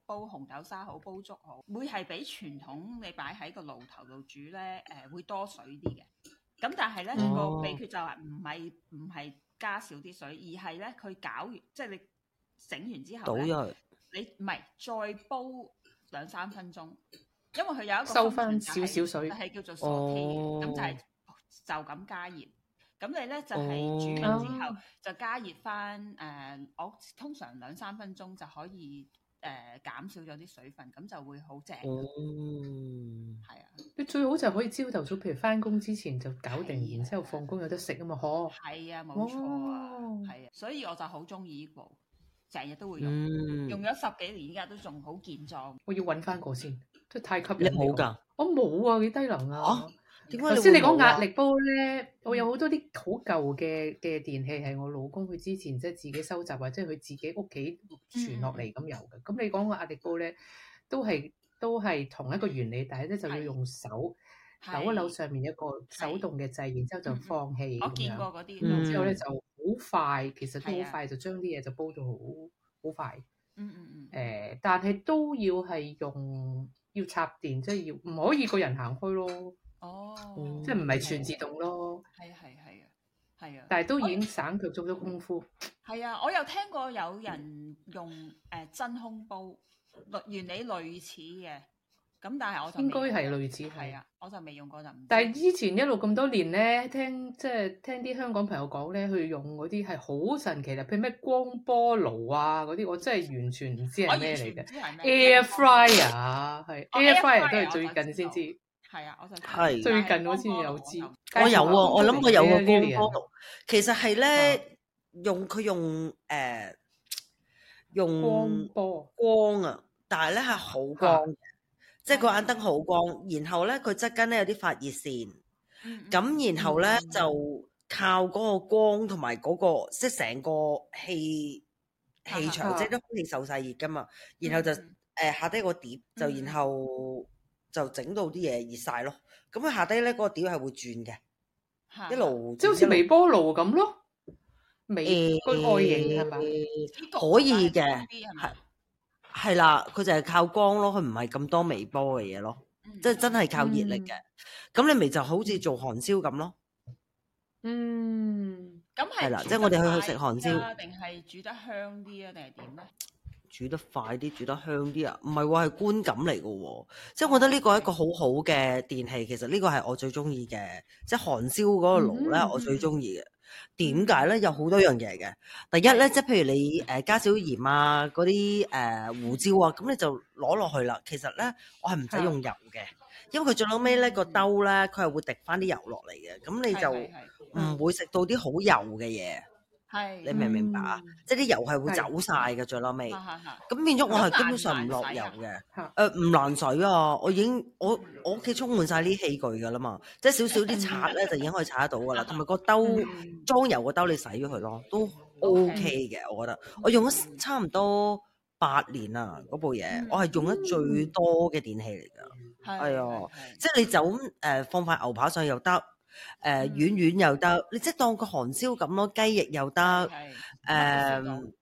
煲紅豆沙好，煲粥好，會係比傳統你擺喺個爐頭度煮咧，誒、會多水啲嘅。咁但係咧、
哦
個秘訣就係唔係唔係加少啲水，而係咧佢搞完，即係你整完之
倒
後呢
咗去，
你唔係再煲兩三分鐘，因為佢有一個
收
function
返
就
少
係
少水
就係叫做 saute 嘅，咁、
哦
就係就咁加熱。咁你咧就係、煮
哦
完之後就加熱翻誒、我通常兩三分鐘就可以誒、減少咗啲水分，咁就會好正。係、
哦喎，
啊，
哦，
你最好就可以朝頭早，譬如翻工之前就搞
係
定，
啊
然之後放工有得食啊嘛，嗬。
係啊，冇錯啊
哦，
係啊，所以我就好中意呢部，成日都會用，用
嗯，
咗十幾年，依家都仲好健壯。
我要揾翻個先，真係太吸
你
引
冇
我。
㗎？
我冇啊，幾低能
啊
啊！
點解
頭
你啊
先你
講
講
啊
壓力煲咧，我
嗯
有好多啲好舊嘅嘅電器係我老公佢之前即係自己收集或者佢自己屋企
嗯
傳落嚟咁有嘅。咁你講個壓力煲咧，都係都係同一個原理，但係咧就要
係
用手
係
扭一扭上面一個手動嘅掣，然之後
嗯
就
嗯
放氣
我
咁
見
樣。
過嗰啲，
然之後咧
嗯
就好快，其實都
係啊
好快就將啲嘢就煲到好好快。
嗯嗯
誒、
嗯，
但係都要係用要插電，即係要唔可以個人行開咯。
哦，
即係唔係
嗯
全自動咯，
係啊係啊係啊係啊，
但係都已經省卻咗好多功夫。
係啊！我又聽過有人用誒、呃真空煲，類原理類似嘅，咁但係我就未
應該係
用過
類似係
係啊，我就未用過就唔知。
但係以前一路咁多年咧，聽即係聽啲香港朋友講咧，佢用嗰啲係好神奇啦，譬如咩光波爐啊嗰啲，我真係完全唔知
我
係
完
咩
全
嚟
唔
嘅。
知係
Air
咩
fryer 啊係
哦
air
air
fryer 都
fryer
係最近先
我
知，
係啊，我就
係
最近我先有知。
我有啊，我諗我有個
光
光波
波
爐，其實係咧用佢用誒
爐，光
用
波
光啊，但係咧係好光嘅，即係佢眼燈好光，然後咧佢側跟咧有啲發熱線，
嗯
咁然後咧就靠嗰個光同埋嗰個即係成個氣氣
啊
場，即係啲空氣受晒熱噶嘛，然後就誒下低個碟就
嗯
然後就整到啲嘢熱晒咯，咁佢
啊
下低咧嗰個碟係會轉嘅。一路
即係好似微波爐咁咯。
美個外形係嘛？
可以嘅
係
係係啦，佢就係靠光咯，佢唔係咁多微波嘅嘢咯，即係真係靠熱力嘅。咁你咪就好似做韓燒咁咯，
嗯，
咁係
係啦
煮
即係我
得
哋去食
快
韓
啲啊
燒
定係煮得香啲啊，定係點咧？
煮得快啲，煮得香啲啊！唔係喎，係觀感嚟嘅喎，即係我覺得呢個係一個好好嘅電器。其實呢個係我最中意嘅，即係韓燒嗰個爐
嗯
咧，
哼
我最中意嘅。點解咧？有好多樣嘢嘅。第一咧，即係譬如你誒、呃加少鹽啊，嗰啲誒胡椒啊，咁你就攞落去啦。其實咧，我係唔使用油嘅，因為佢最後尾咧個兜咧，佢係會滴翻啲油落嚟嘅，咁你
係係
就
係
唔會食到啲好油嘅嘢。
係
你明唔明白啊？
嗯
即係啲油係會
係
走晒嘅，最後尾。
係係係
咁變咗我係基本上唔落油
咁難唔啊
嘅
嚇，
誒唔難洗啊！我已經我我屋企充滿晒呢器具㗎啦嘛，即係少少啲刷咧就已經可以刷得到㗎啦，同埋個兜
嗯
裝油個兜你洗咗佢咯，都 OK 嘅，我覺得。我用咗差唔多八年啦，嗰部嘢
嗯
我係用得最多嘅電器嚟㗎。
係
哎呀
係係
即係你就咁誒、呃放塊牛扒上又得，誒、
嗯
軟軟又得，你即係當個韓燒咁咯，雞翼又得，呃誒、
係
à,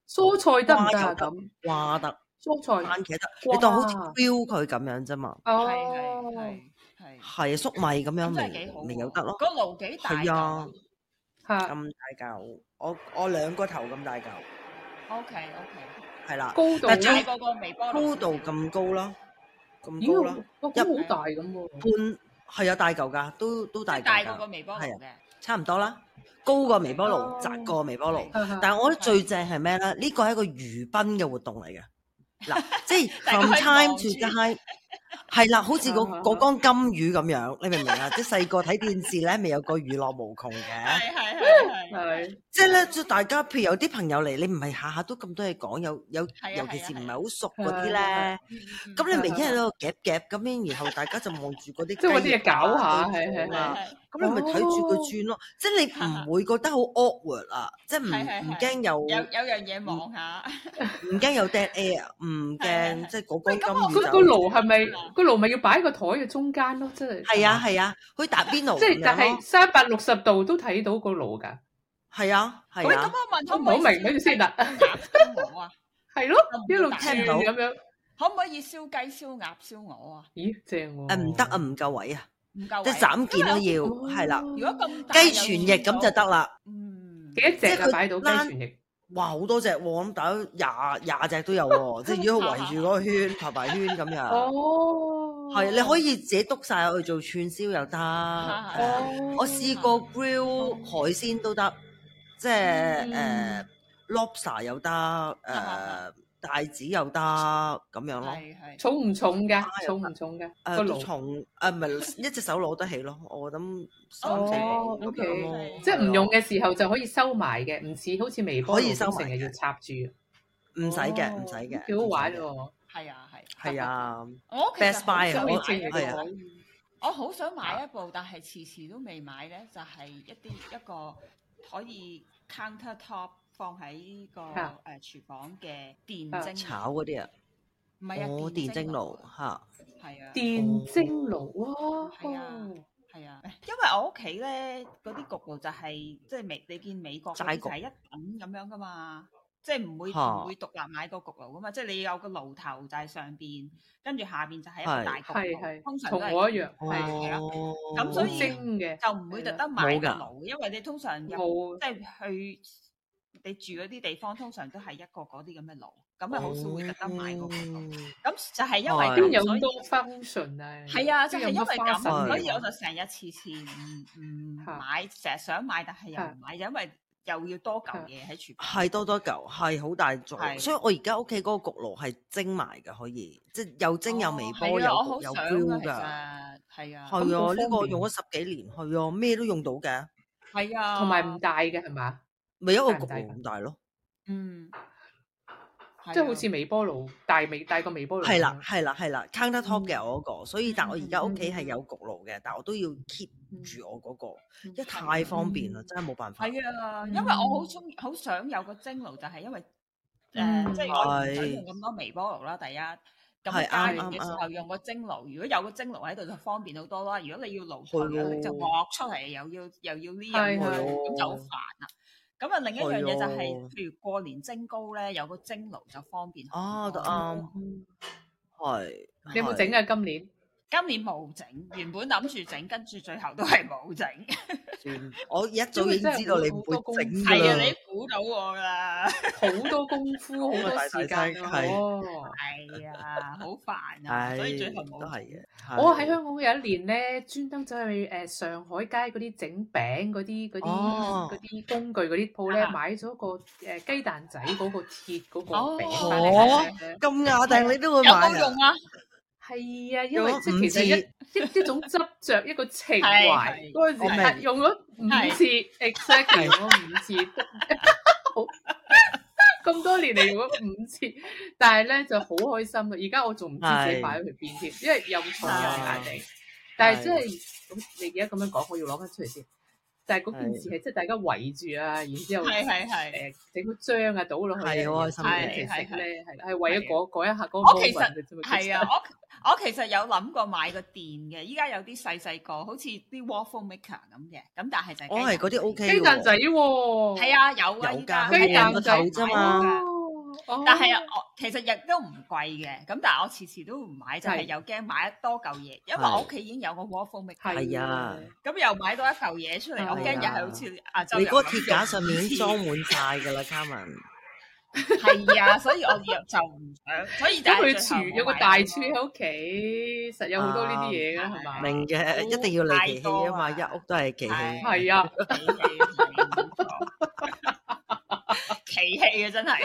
蔬菜得唔得啊？
瓜又得
咁
瓜得，
蔬菜
番茄得，你當好似標佢咁樣啫嘛，
係
哦，
係係係
係粟米咁樣
咁真
咪
係幾好喎，
咪有得咯，
個爐幾大
係啊
嚿，
嚇
咁大嚿，我我兩個頭咁大嚿，
？OK OK，
係啦，
高度
但
呢
大
最
過個微波
高
爐
度咁高啦，咁
咦，
高
我
啦，
我
一
估好大咁喎，
半係啊大嚿㗎，都都
即
大
係大
嚿
過個
㗎，
微波爐嘅，
差唔多啦，高過微波
哦
爐，窄過微波爐。
嚇嚇
但係我覺得最正係咩咧？呢個係一個娛賓嘅活動嚟嘅。嗱，即 係
大家
from
可以望
time
住嗯
to time，係啦，好似個
啊啊啊
嗰缸金魚咁樣，你明唔明啊？即係細個睇電視咧，咪有個娛樂無 窮嘅。
係係係係。
係
即係咧，即係大家譬如有啲朋友嚟，你唔係下下都咁多嘢講，有有
啊
尤其是唔係好熟
係啊
嗰啲
係啊
咧，
嗯
咁你明顯喺度夾夾咁樣，然後大家就望住嗰啲
即係嗰啲嘢搞下
雞
係
翼啊
係係
咁你咪睇住佢轉咯，即係你唔會覺得好 awkward 啊，即係唔
哦係係係
唔驚
有
有
有樣嘢望下，
唔驚有 dead air，唔啊
係
驚即係嗰缸金
個
魚
個
就
爐係咪個爐咪要擺喺個台嘅中間咯？即係
係啊係啊，去打邊爐
即
咁
係但
樣
係
咯，
三百六十度都睇到個爐㗎，
係啊係
喂，咁
啊，
我問可
我唔
唔
好
可
明
以
佢先啦，
燒鵝啊？
係咯，一路轉咁樣，
可唔可以燒雞、燒鴨、燒鵝啊？
咦正喎，
誒唔得啊，唔夠位啊，
唔夠
即
位
係斬件都要
哦
係啦，
如果咁大
雞全翼咁就，得啦，
嗯，
幾多隻
即係
啊
佢
擺到雞
躝
全翼？
哇好多隻喎，咁打廿廿隻都 有喎，即係如果圍住嗰個圈排排圈咁樣，
哦，
係你可以自己篤晒去做串燒又得， 誒
哦
我試過 grill 海鮮都得，即
嗯
係誒 lobster 又得，誒帶子又得咁樣咯。
係係
重唔重㗎？重唔重㗎？
誒
個
都
爐
重誒唔係一隻手攞得起咯，我諗三四
哦
個咁
，OK
樣咯
即係唔用嘅時候就可以收埋嘅，唔似好似微波
可以
爐咁
收埋
成日要插住。
唔使嘅，
哦
唔使嘅，
幾好玩
唔
喎！
係啊係
使嘅。係，啊，
我其實
Best Buy 啊
好
可
想
以
我
買
正
一
嘅
係啊
個我好想買一部，但係遲遲都未買咧，就係一啲一個可以 counter top 放喺呢個誒
啊
廚房嘅
啊
電蒸
炒嗰啲啊，
唔係啊
我電蒸哦爐嚇，
係啊
電蒸爐哇，
係啊係啊，因為我屋企咧嗰啲焗爐就係即係美你見美國嗰啲就係一等咁樣噶嘛，即係唔會
嚇
唔會獨立買個焗爐噶嘛，即係你有個爐頭就係上邊，跟住下邊就係一個
係
大焗
係
爐，
係
通，常都
同
係
我一樣，係
係啊
哦，
咁所以
蒸嘅，
就唔會特登買
冇
個
㗎
爐，因為你通常入
冇
即係去你住嗰啲地方，通常都係一個嗰啲咁嘅爐，咁啊好少會特登買個焗
哦
嗯
爐。咁就係因為
係
邊
咁
有
所
咁
以
多 function 啊？
係啊，就係
邊有
因為
咁多花
咁，
神啊
係
所以我就成日次次唔唔
嚇
買，成日想買，但係又唔買，因為又要多嚿嘢喺廚房。
係多多嚿，係好大
係
座，所以我而家屋企嗰個焗爐係蒸埋嘅，可以即係又蒸又微波
哦
又
係啊我好
焗又
想
grill 㗎，
啊其實係啊，
係啊，
咁好
呢
方
個
便
用咗十幾年，係啊，咩都用到嘅，
係啊，
同埋唔大嘅係嘛？
咪一個
大唔
焗
大
爐咁大咯。
嗯，啊
即係好似微波爐大微大個微波爐咁樣。
係啦，係啦，係啦，counter top 嘅
嗯
我嗰個，所以但我而家屋企係
嗯
有焗爐嘅，但我都要 keep
嗯
住我嗰個，
嗯
因為太方便啦
嗯，
真係冇辦法。
係啊，因為
嗯
我好中意，好想有個蒸爐，就係因為誒，
嗯
即係我唔想
係
用咁多微波爐啦。第一，咁
係
加完
啱
嘅
啱
時候用個蒸爐，如果有個蒸爐喺度就方便好多啦。如果你要爐頭，
係喎
就鑊出嚟，又要又要呢
係
樣
係
咁就好煩啦。咁啊，另一樣嘢就係、
係啊
譬如過年蒸糕咧，有個蒸爐就方便好
哦，
多。
都啱，係。
你有冇整啊？今年
今年冇整，原本諗住整，跟住最後都係冇整。
算？我一早已經知道你唔會整㗎
係啊，
啦。
你估到我㗎啦。
好多功夫，好
咁啊
多
大
時
大
間
聲
啊
係
哦。
係啊，好煩啊，
係
所以最後
都
冇
係
整。
嘅。
我喺香港有一年咧，專登走去誒上海街嗰啲整餅嗰啲嗰
哦
啲嗰啲工具嗰啲鋪咧，
啊
買咗個誒雞蛋仔嗰個鐵嗰個
哦
餅翻嚟食咧。
咁雅定，你都會
有
買
冇用
啊？
啊？
係啊，因
用
為
咗
即
五
係其實一一
次
一 種執着，一個情
係係
懷。嗰
我明
陣時用咗五次，exactly 用咗五次， 好 咁多年嚟用咗五次，但係咧就好開心嘅。而家我仲唔知自己擺咗去邊添，因為又重又大地。但係真係咁，你而家咁樣講，我要攞翻出嚟先。但係嗰件事係即係大家圍住啊，然之後
係係係。
誒整個漿啊倒落去啊，
係好開心
然
嘅
後一齊食咧，係係為咗
係
嗰嗰一下嗰個
我其實
moment 嘅啫嘛。
係啊，我我其實有諗過買個電嘅，依家有啲細細個，好似啲 waffle maker 咁嘅，咁但係就
我哦係嗰啲 O
其
K
實雞蛋仔喎，
係啊，有啊，
有
依家
㗎
係啊
雞蛋仔
有
啫
買
嘛
㗎
哦，哦
但係啊，我其實亦都唔貴嘅，咁但係我次次都唔買，就係
係
又驚買多嚿嘢，因為
係
我屋企已經有個 waffle maker，
係啊
咁又買多一嚿嘢出嚟，
係
我驚又
啊
係好似亞洲
你
人
嗰個
咁
鐵架上面已經裝滿晒㗎啦，Carmen。
係啊，所以我又就唔想，所以
因
就係
為
最後
廚有個
冇買
大
咯
廚喺屋企，實有好多呢啲嘢㗎，係嘛？
啊明嘅，一定要嚟奇氣啊嘛，
太
一
多啦
屋都係奇氣。
係
係啊，
奇氣冇錯 奇氣啊，真係。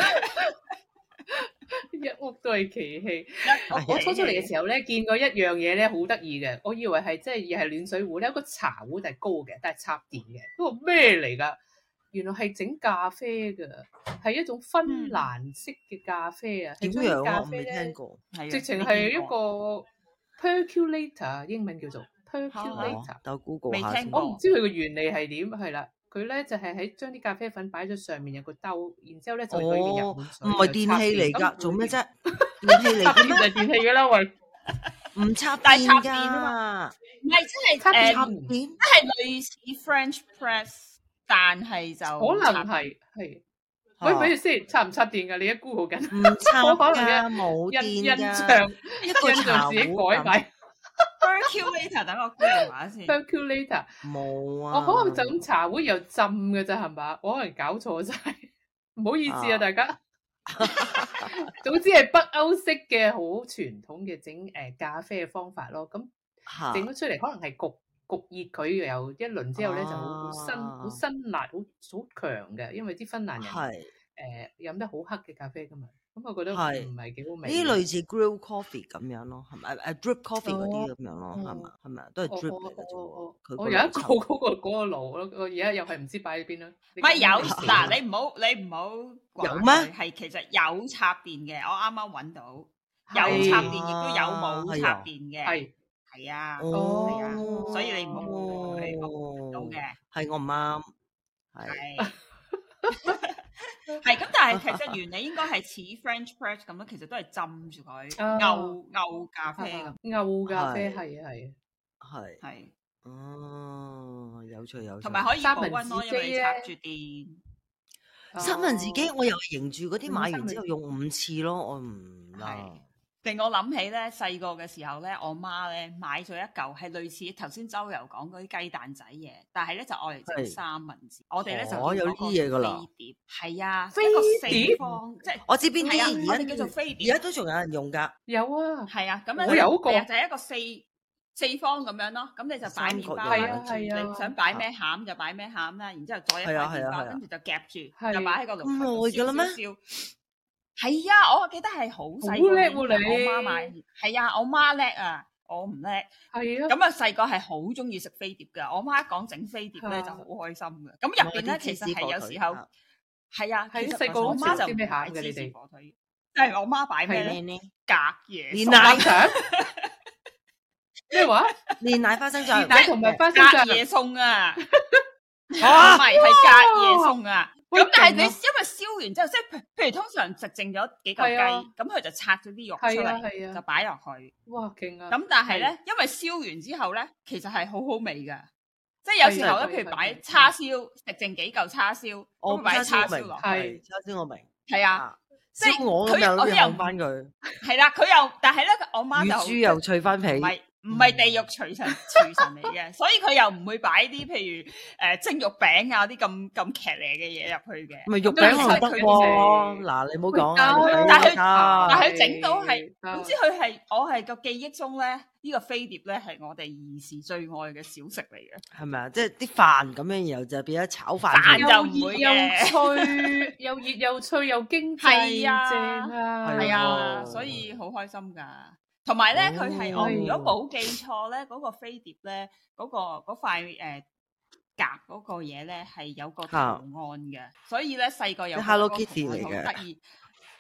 一屋都係奇
啊
氣。我
我
我初出嚟嘅時候咧，見過一樣嘢咧，好得意嘅。我以為係即係又係暖水壺咧，有個茶壺但係高嘅，但係插電嘅。嗰個咩嚟㗎？原來係整咖啡㗎，係一種芬蘭式嘅咖啡啊。
嗯點
係將
樣
啲
啊？
咖
我未
啡咧
聽過。
候
直情係一個 percolator，英文叫做
哦
percolator。
等我 Google 下
未
先
聽。過
我唔知佢個原理係點，係啦，佢咧就係喺將啲咖啡粉擺咗上面有個兜，然之後咧就裏面有
哦，
滿
唔
水
係電器嚟㗎，做咩？啫？電器嚟
插
嘅
電
咩
就？係電器㗎啦， 喂，
唔插
但係
電
插電
㗎，
唔係，
插
真
電
係誒，
插
真
電
係類似 French press，但係
哦
就
可能係係。喂，俾你先，插唔插電㗎？你一 Google 緊，
唔插
我可能
㗎，冇
印印
電㗎，
象
一個
印象
茶
自己
壺
改
咁
埋
percolator。等我 Google 下先。
percolator，
冇啊。
我可能就咁茶壺又浸㗎咋係嘛？我可能搞錯晒，唔好意思
啊
啊大 家。總之係北歐式嘅好傳統嘅整誒咖啡嘅方法咯，咁。
嚇
整咗出嚟，可能係焗焗熱佢嘅，又一輪之後咧就好好辛
啊
好辛辣，好好強嘅，因為啲芬蘭人誒
係。
飲得好黑嘅咖啡噶嘛，咁我覺得
係
唔係幾好味。
呢類似 grill coffee 咁樣咯，係咪？誒 drip coffee 嗰啲
哦
咁樣咯，係嘛
哦？
係咪啊？都係
我
drip
我
嚟嘅啫
我
喎
哦
我。
佢
我有一個
個流
嗰個嗰個爐，我我而家又係唔知擺喺邊啦。
唔
你
係有
講緊
嗱，你唔好你唔好
有咩
係其實有插電嘅，我啱啱揾到。
係
有插電亦都有冇插電嘅，
係
係啊，
程
係啊
哦，
所以你唔好誤會佢到
哦，
嘅，
係我唔啱，係
係係咁， 但係其實原理應該係似 French press 咁樣，其實都係浸住佢
哦
啊
牛牛咖啡
啊
咁，
牛咖啡係
係
啊係啊，
係
係
哦，有趣有趣。
同埋可以保温
三文
咯，
治
因為你
機呢
插住電，
三文治機
哦，
我又係迎住嗰啲
嗯
買
三
完
文
之後用五次咯，我唔啦
係。令我諗起咧細個嘅時候咧，我媽咧買咗一嚿係類似頭先周遊講嗰啲雞蛋仔嘢，但係咧就愛嚟整
係
三文治，我哋咧就
哦
叫
有
嗰個
呢嘢㗎啦
飛碟，係啊，
飛
一個
碟
四方即係。
我知邊
係啊，
啲
我哋叫
而
做
家
飛
而
碟
家，都仲有人用㗎，
有啊，
係啊，咁樣
我有一個
係啊就係一個四四方咁樣咯，咁你就擺麵包
三角
啦，
形係啊係啊
你想擺咩餡就擺咩餡啦，然之後再一塊
係啊係
麵
啊
包，
係啊
跟住就夾
係
住，就擺喺個爐
咁
頭度
耐㗎啦咩
燒燒燒係啊，我記得係好細個
好叻
已經
喎你
我媽買，係啊，我媽叻啊，我唔叻。
係啊，
咁啊，細個係好中意食飛碟㗎，我媽一講整飛碟咧
啊
就好開心㗎。咁入邊咧
我啲
其實
芝士
係有
火腿
時候
啊
係啊，
係
其實
細個
我媽
好少
就
知
唔
咩
擺
餡嘅
芝
你
士
哋
火腿，即係我媽擺咩
係
咧
咩？
呢
隔夜
連
餸
奶
奶腸 咩話？
連奶花生醬，
奶同埋花生醬
隔夜 餸啊，唔
啊
係係隔夜餸啊。
哇
咁但係你因
勁啊
為燒完之後，即係譬譬如通常食剩咗幾嚿
係啊
雞，咁佢就拆咗啲肉出
係啊係
嚟，
啊
就擺落去。
哇勁啊！
咁但係咧，因為燒完之後咧，其實係好好味噶，即係有時候
係
咧，
哦
譬
係
如
係
擺
係
叉燒，食剩幾嚿叉燒，
我
咁擺叉
叉燒
燒
明，
落去，
係叉燒我明，
係啊，即係
燒我咁
佢
樣
我
都
都
要
有
掹翻佢，
係啦，佢又但係咧，我媽
乳
就好
豬又脆翻皮，
唔係唔係地獄廚神廚神嚟嘅，所以佢又唔會擺啲譬如誒蒸肉餅啊啲咁咁劇烈嘅嘢入去嘅。
咪肉餅可能得喎。
佢
嗱，你唔好講
佢
啊，
得
但係但係
但
佢整到係，
得
總之佢係我係個記憶中咧，呢、個飛碟咧係我哋兒時最愛嘅小食嚟嘅。
係咪啊？即係啲飯咁樣，然後就變咗炒
飯
飯。
就唔會
又
嘅
熱又脆，又熱又脆又經濟，
係啊
正啊！
係
係啊，
喎
所以好開心㗎。同埋咧，佢係我
哦
如果冇記錯咧，嗰、個飛碟咧，嗰、個嗰塊誒夾嗰個嘢咧係有個圖
嚇
案嘅，所以咧細個有
即係
個
Hello
圖案
Kitty 嚟
好
嘅
得意。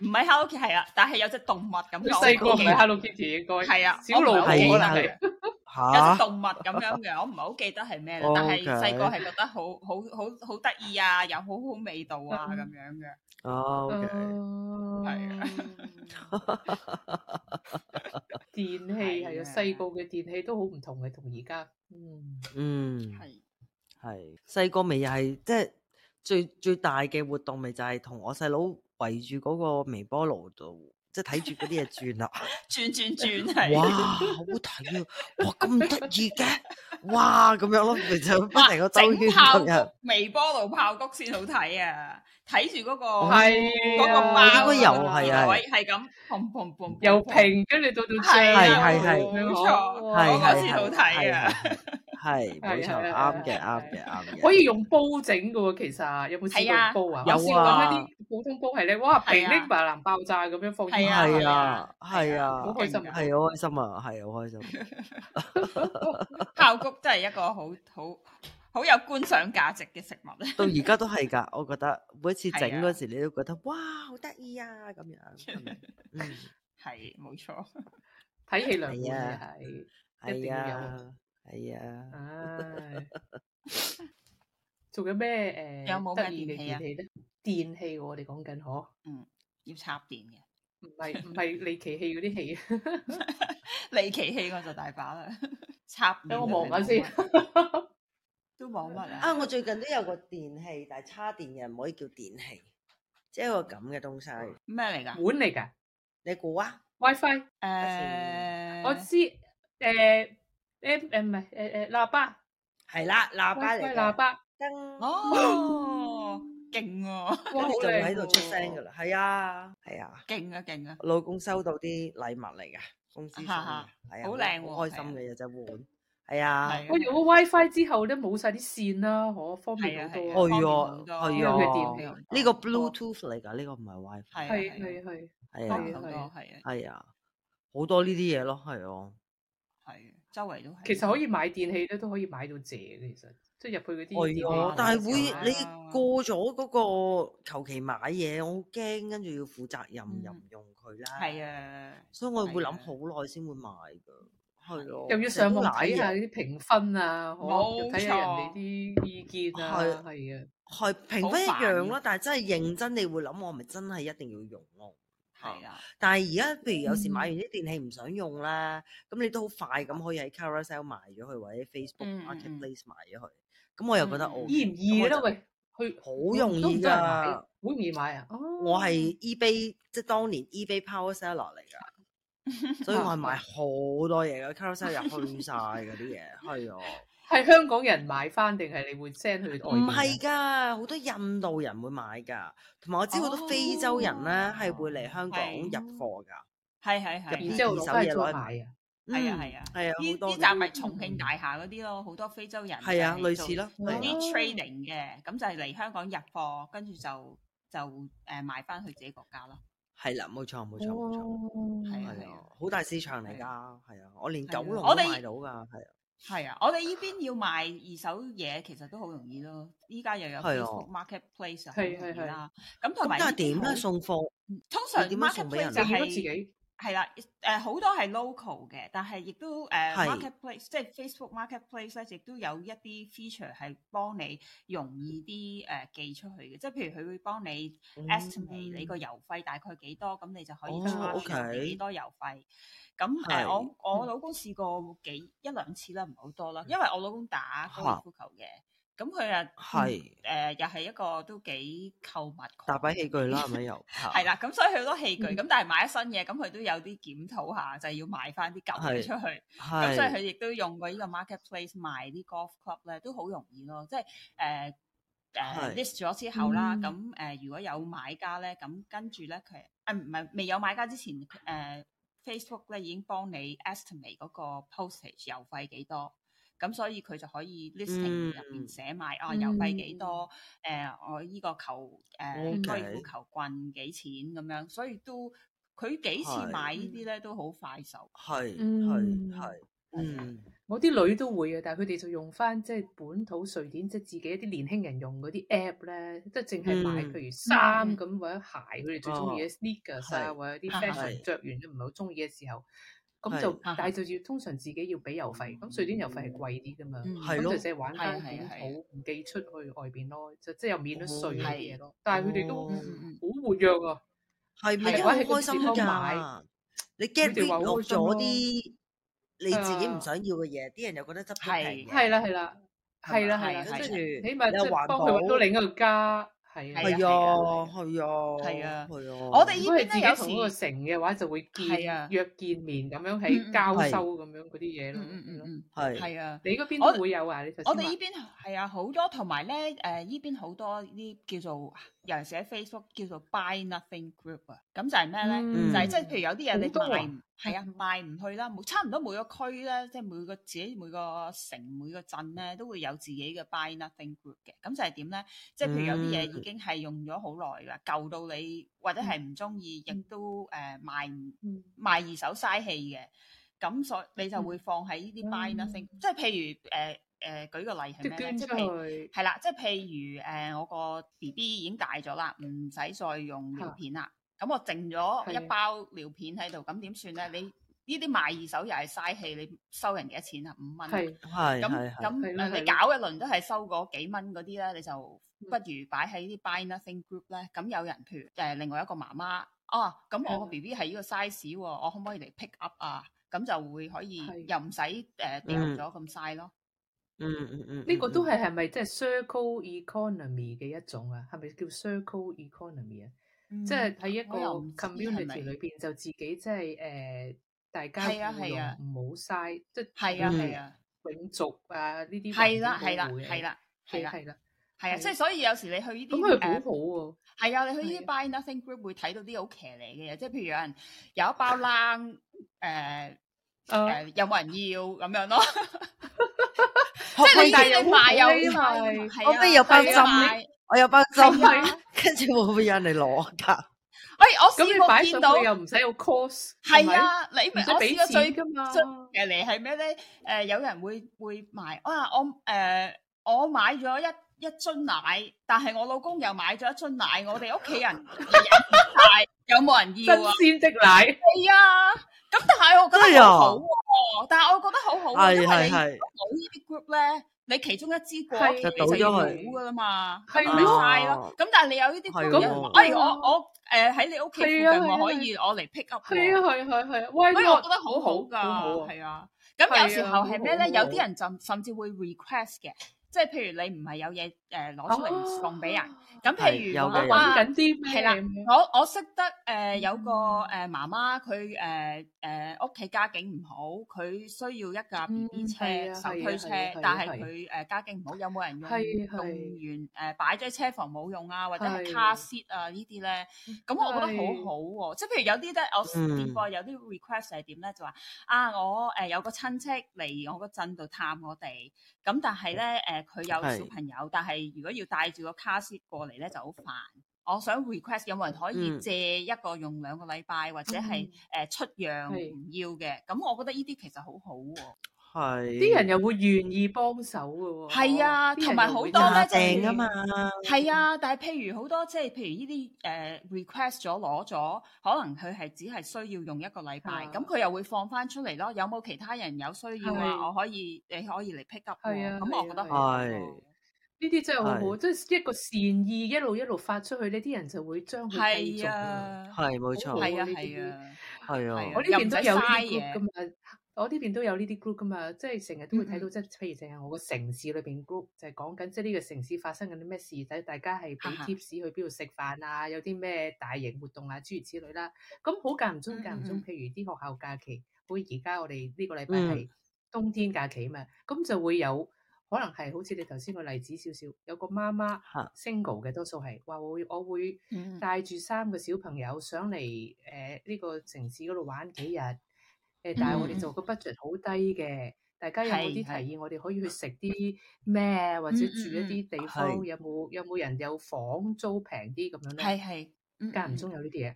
唔係 Hello Kitty 係啦，但係有隻動物咁
佢
樣。
細個唔係
係
Hello Kitty 應該
係啊，
小老
我
虎
唔
可
係好
能
記得
係
係
嘅。有
嚇
隻動物咁樣 嘅，我唔係好記得係咩啦，但係
OK
細個係覺得好好好好得意啊，有好好味道啊
嗯
咁樣嘅。
哦，OK，
Ờ.
係
啊，電器係
係
啊，
啊
細個嘅電器都好唔同嘅，同而家。嗯，
嗯，
係
係細個咪又係即係最最大嘅活動咪就係同我細佬圍住嗰個微波爐度，即係睇住嗰啲嘢轉啦。
轉轉轉 係。
哇，好睇啊！哇，咁得意嘅，哇咁樣咯，咪就不
哇
停個兜圈
整炮
咁樣
谷。微波爐炮谷先好睇啊！睇住嗰個
哦
係
嗰個
啊
貓
應該有係啊
係係咁，砰砰砰
又平，跟住到到
係
正
係係係
咁樣
冇
嗬
錯
係係係係係係
哇
嗰個先好睇啊
係冇
係
錯，
係
啱嘅，
係
啱嘅，啱嘅。
可以用煲整嘅喎，其實有冇試
係啊
過用煲啊？
有啊
我試過揾一啲普通煲係咧，哇，
係啊
鼻拎埋藍爆炸咁樣放煙
係啊
花
係啊，係啊，
好開心
係
啊
好開心啊，係好開心。
炮谷真係一個好好好有觀賞價值嘅食物咧。
到而家都係㗎，我覺得每一次
係啊
整嗰時，你都覺得哇，好得意啊咁樣。係咪嗯，
係冇錯，
睇戲兩
係啊
碗嘅係。一定
係
要有
啊，係啊。
唉，仲有咩誒？
有冇咩
得意嘅
電器
電
啊
器咧？電器我哋講緊嗬，
要插電嘅
唔係唔係離奇器嗰啲 器。
離奇器我就大把啦， 插電
等我望下
就冇
先
乜， 都冇乜啊。
啊，我最近都有個電器，但係叉電嘅唔可以叫電器，即係一個咁嘅東西。
咩嚟㗎？
碗嚟㗎
你估啊？
WiFi，Ờ,
誒，
我知誒誒誒唔係誒誒喇叭
係啦，喇叭嚟
，WiFi
嘅。
喇叭，
噔
哦，勁喎，
哇
跟
好
住就會喺
靚
度出聲噶
啦。
啦，係啊，係啊，
勁啊勁啊！
我老公收到啲禮物嚟嘅，公司送嘅，係
哈
啊
哈，好
好
靚
好
喎
開心
係啊
嘅有隻碗，係啊，
係啊
我有咗 WiFi 之後咧，冇晒啲線啦，可方便好多
係啊
啊。
係
方
啊，
便好
呢個
多
係啊
電器，
呢個 Bluetooth 嚟㗎，呢個唔係啊
係
WiFi，
係係係，
係
方便
啊，
好多，係啊
係啊，好多呢啲嘢咯，係啊，
係啊，周圍都係。
其實可以買電器咧，都可以買到借嘅，其實即係入去嗰啲電器
係啊
行，
但
嘅
係
時
會
候
啊
你過咗嗰個求其買嘢，我好驚，跟住要負責任又唔用佢啦，
嗯係，啊，
所以我會諗
係啊
好耐先會買㗎，係咯，
又要
成日
上
都
網
賴
睇
嘢
下啲評分啊，可
冇
又睇下人哋
錯
啲意見啊，
係
係啊，
係評
好
分一
煩
樣
嘅
咯，但係真係認真，你會諗我係咪真係一定要用咯？
係啊，
但係而家譬如有時
嗯
買完啲電器唔想用啦，咁你都好快咁可以喺 Carousell 賣咗佢，或者 Facebook
嗯嗯嗯
Marketplace 賣咗佢。咁我又覺得
嗯嗯
我
易唔易咧？
咁我就
喂，去
好容易
都唔多人買
㗎
好容易買啊！哦
我係 eBay 即係當年 eBay Power Seller 嚟㗎， 所以我係買好多嘢㗎 Carousell 又去晒嗰啲嘢，係啊，
係香港人買翻定係你會 send 去外
唔
面啊？
係㗎，好多印度人會買㗎，同埋我知好多非洲人咧哦係會嚟香港
係
入貨㗎。
係係係。
入
然
邊
係
之後攞翻去再
二手嘢攞嚟
買啊！
係啊
嗯
係啊
係啊，好
呢
多嗯
呢站咪重慶大廈嗰啲咯，好多非洲人
係啊，
就
類
做
似啦，
做
做
係啊
呢
啲 trading 嘅，咁就係嚟香港入貨，跟住就就誒賣翻去自己國家咯。
係啦，冇錯冇錯冇錯，
係
哦，
啊
係
係啊
啊，好大市場嚟㗎，
係
係啊，我連
係
九
啊
龍都
我哋
買到㗎，係啊，
係啊，我哋呢邊要賣二手嘢，其實都好容易咯。依家又有
係啊
Facebook Marketplace 啊，好
係
容易
係係
啦。咁同
咁
埋
但係
呢邊
點啊
好
咧？送貨
通
你
常
點樣送俾
Marketplace
人
就
就
啊
見到
係
自己
係啦，誒好多係 local 嘅，但係亦都誒
係
marketplace，即係 Facebook marketplace 咧，亦都有一啲 feature 係幫你容易啲誒寄出去嘅，即係譬如佢會幫你 estimate 你個郵費大概幾多，咁你就可以
嗯哦
charge 人
OK
哋幾多郵費。咁
係嗯
誒，我我老公試過幾一兩次啦，唔好多啦，因為我老公打高爾夫球嘅，咁佢啊
係
誒又係一個都幾購物狂
大把器具啦，係咪又
系
係
啦，咁所以佢好多器具，咁但係買咗新嘢，咁佢都有啲檢討下，就係要賣翻啲舊嘢
係
出去。咁所以佢
係
亦都用過呢個 marketplace 賣啲 golf club 咧，都好容易咯。即係誒誒
係
list 咗之後啦，
嗯
咁誒、如果有買家咧，咁跟住咧佢誒唔係未有買家之前誒、Facebook 咧已經幫你 estimate 嗰個 postage 郵費幾多。咁所以佢就可以 listing 入
嗯
邊寫埋啊
嗯
郵費幾多，誒、我依個球誒
OK
高爾夫球棍幾錢咁樣，所以都佢幾次
係
買呢啲咧都好快手。
係
嗯
係係，嗯
我啲女都會嘅，但係佢哋就用翻即係本土瑞典即係自己一啲年輕人用嗰啲 app 咧，即係淨係買
嗯哦
譬如衫咁或者鞋，佢哋最中意嘅 sneakers 啊，
係
或者啲
啊
fashion
係
着完都唔係好中意嘅時候，咁
係
就
啊
但係就要通常自己要俾郵費，咁瑞典郵費係貴啲噶嘛，
嗯
係
咁
咯
就即係玩翻
係啊係啊
本土，唔寄出去外邊咯，就即係又免咗
哦
税嗰啲嘢咯。但係佢哋都
哦
好
嗯
活躍啊，
係咪
係
真係
或
好
者喺
開
嗰
心
啲地方
㗎？你 get
佢哋
rid
話好開心
咗
咯
啲你自己唔
啊
想要嘅嘢，啲人又覺得執
係
得平嘅，
係啦係啦，係啦係啦，
係啊係啊
即係
跟
起碼
又
即係
環
幫佢揾
保
到另一個家，係
係啊
係啊係啊
係啊
係啊，
我哋
如果係自己同嗰個城嘅話，就會
係
見
啊
約見面咁樣
嗯嗯
喺交收咁樣嗰啲嘢咯。
嗯嗯嗯嗯，
係
係啊。
你嗰
我
邊都會有啊？你頭先
我哋
話
呢邊係啊好多，同埋咧誒呢邊好多呢啲叫做，尤其是喺 Facebook 叫做 Buy Nothing Group 啊。咁就係咩咧？
嗯
就係即係譬如有啲嘢你
好多啊
賣唔係啊賣唔去啦，每差唔多每個區咧，即係每個自己每個城每個鎮咧都會有自己嘅 Buy Nothing Group 嘅。咁就係點咧？即係譬如有啲嘢
嗯
已經係用咗好耐啦，舊到你或者係唔中意，亦都誒賣唔
嗯
賣二手嘥氣嘅，咁所你
嗯
就會放喺呢啲 buy nothing，、即係譬如誒誒、呃呃、舉個例
即
係
係
咩咧？
捐
即
出
係譬如
去，
係啦，即係譬如誒、呃我個 B B 已經大咗啦，唔使再用尿片啦，咁我剩咗
係啊
一包尿片喺度，咁點算咧？你呢啲賣二手又係嘥氣，你收人幾多錢啊？五蚊啊。
係
係
咁
係係
咁
係咯
誒，你
係咯
搞一輪都係收嗰幾蚊嗰啲咧，你就
嗯
不如擺喺啲 buy nothing group 咧。咁有人譬如誒另外一個媽媽，哦，咁我個
嗯
B B 係呢個 size 喎，我可唔可以嚟 pick up 啊？咁就會可以
係
又唔使誒掉咗咁嘥咯。
嗯嗯嗯，
呢個都
係
係係咪即係 circle economy 嘅一種啊？係咪叫 circle economy 啊？
即
即係喺一個
我又唔知係咪
community 裏邊就自己即係誒大家
係啊
互
係
用，
啊
唔好嘥，即係
係啊
嗯
係啊
永續啊呢啲
係啦
環
係
境保
啦
護嘅
係啦係啦
係啦，
係啊，
係
即係所以有時你去呢
咁
啲
佢好
誒
好喎。
係啊，你去呢啲
係
buy nothing group 會睇到啲好騎呢嘅嘢，即係譬如有人有一包冷誒
啊
誒有冇人要咁樣咯。即係
學費
你
大
知
又
你賣又
好好呢
賣，
嘛
係
我
啊
不如有包
係啊
針呢
賣
我有包
À,
係
針，
啊
跟住會唔會有人嚟攞㗎？
哎，我
咁
試
你擺
過見
上
到
去又唔使有 course，係咪
係，啊，你
唔
咪
使
我
俾
試過最
錢噶嘛。
最嘅嚟係咩咧？誒，有人會會賣啊，我誒我買咗一一樽奶，但係我老公又買咗一樽奶，我哋屋企人日日買，有冇人
新
要啊？
鮮的奶，
係啊，咁但係我覺
真係
得
啊
好好喎，但係我覺得好好喎，
係
因為
係
你
係
冇呢啲 group 咧，你其中一支過
係
你
就
倒
就要
咗
佢
冇噶啦嘛，
係啊
咁咪
咯
嘥咯。咁但係你有呢啲
係
group，有人
喎
話哎我我誒喺你屋企附
係啊係
近，
啊
我可以我嚟 pick up
係
喎。
啊係係係，喂，
所以
呢個
我覺得好好㗎，
好好啊，
係啊。咁有時候係咩咧？
係啊
有啲人甚甚至會 request 嘅，即係譬如你唔係有嘢誒攞出嚟
Ờ. 哦
送俾人，咁
係
譬
有
我
如
嘅
我
有
話
揾緊啲咩？
係啦，我我識得誒、
嗯
呃有個誒媽媽，佢誒誒屋企家境唔好，佢需要一架 B B 車、
係啊
手推車
係啊係啊，
但係佢誒家境唔好，有冇人用
係係
用完誒擺咗喺車房冇用啊，或者係
係嗯
car seat 啊呢啲咧？咁我覺得好好喎、即係譬如有啲咧，我
嗯
試過有啲 request 係點咧，就話啊，我誒、呃有個親戚嚟我個鎮度探我哋，咁但係咧誒佢
係
有小朋友，但係如果要帶住個 car seat 過嚟咧就好煩。我想 request 有冇人可
嗯
以借一個用兩個禮拜，或者係誒出讓
係
唔要嘅，咁我覺得呢啲其實好好喎。
係
啲人又會願意幫手嘅喎。
係啊
啲人
同埋
又
好
會
多
贊
咧
炸
就係
正啊嘛，
係啊，但係譬如好多即係譬如呢啲誒 request 咗攞咗，可能佢係只係需要用一個禮拜，
啊
咁佢又會放翻出嚟咯。有冇其他人有需要啊？
係
我可以你可以嚟 pick up
係
喎。
啊
咁我覺得
係
好
啊
係
咯
呢啲真係好好，
係
即係一個善意一路一路發出去呢啲人就會將佢繼
係
續。
啊，
係冇錯，
好
係啊，
呢啲
係啊。
係
係
啊
我呢，邊都有呢啲
又唔使嘥嘢
group 噶嘛，我呢邊都有呢啲 group 噶嘛，即係成日都會睇
嗯
到，即係譬如淨係我個城市裏邊 group 就係講緊，即係呢個城市發生緊啲咩事，仔大家係俾
哈哈
tips 去邊度食飯啊，有啲咩大型活動啊，諸如此類啦。咁好間唔中間唔
嗯嗯
中，
嗯
譬如啲學校假期，好似而家我哋呢個禮拜
嗯
係冬天假期啊嘛，咁就會有可能係好似你頭先個例子少少，有個媽媽
啊
嚇
single 嘅多數係話我會我會。
嗯
帶住三個小朋友上嚟誒呢個城市嗰度玩幾日，誒、但係我哋就個 budget 好低嘅，大家有冇啲
嗯係係
提議？我哋可以去食啲咩，啊或者
嗯
住
嗯
一啲地
嗯
方，
係
有冇有冇人有房租平啲咁樣咧？
係係，嗯
間唔中有呢啲嘢，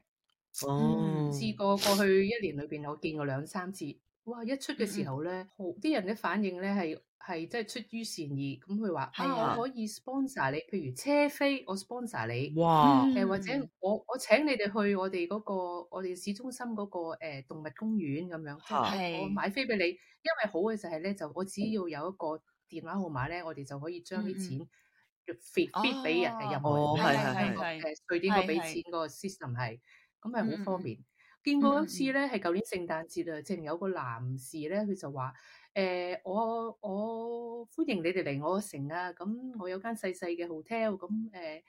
哦，
試過過去一年裏邊，我見過兩三次。哇！一出嘅
嗯
時候咧，好啲人嘅反應咧係係即係出於善意，咁佢話
係啊
啊，我可以 sponsor 你，譬如車飛，我 sponsor 你。
哇，
誒、或
嗯
者我我請你哋去我哋嗰、個我哋市中心嗰、個誒、動物公園咁樣，即係
係
我買飛俾你，因為好嘅就係咧，就我只要有一個電話號碼咧，我哋就可以將啲錢
嗯
fit fit 俾人
哦
誒任
哦
何人，
係
因為香
係係
港
係
誒瑞典個俾
係係
錢個 system 係，咁係好
嗯嗯
方
嗯
便。見過
嗯嗯
一次咧，係舊年聖誕節啊，正有個男士咧，佢就話：誒、我我歡迎你哋嚟我城啊，咁我有間細細嘅 hotel，咁誒、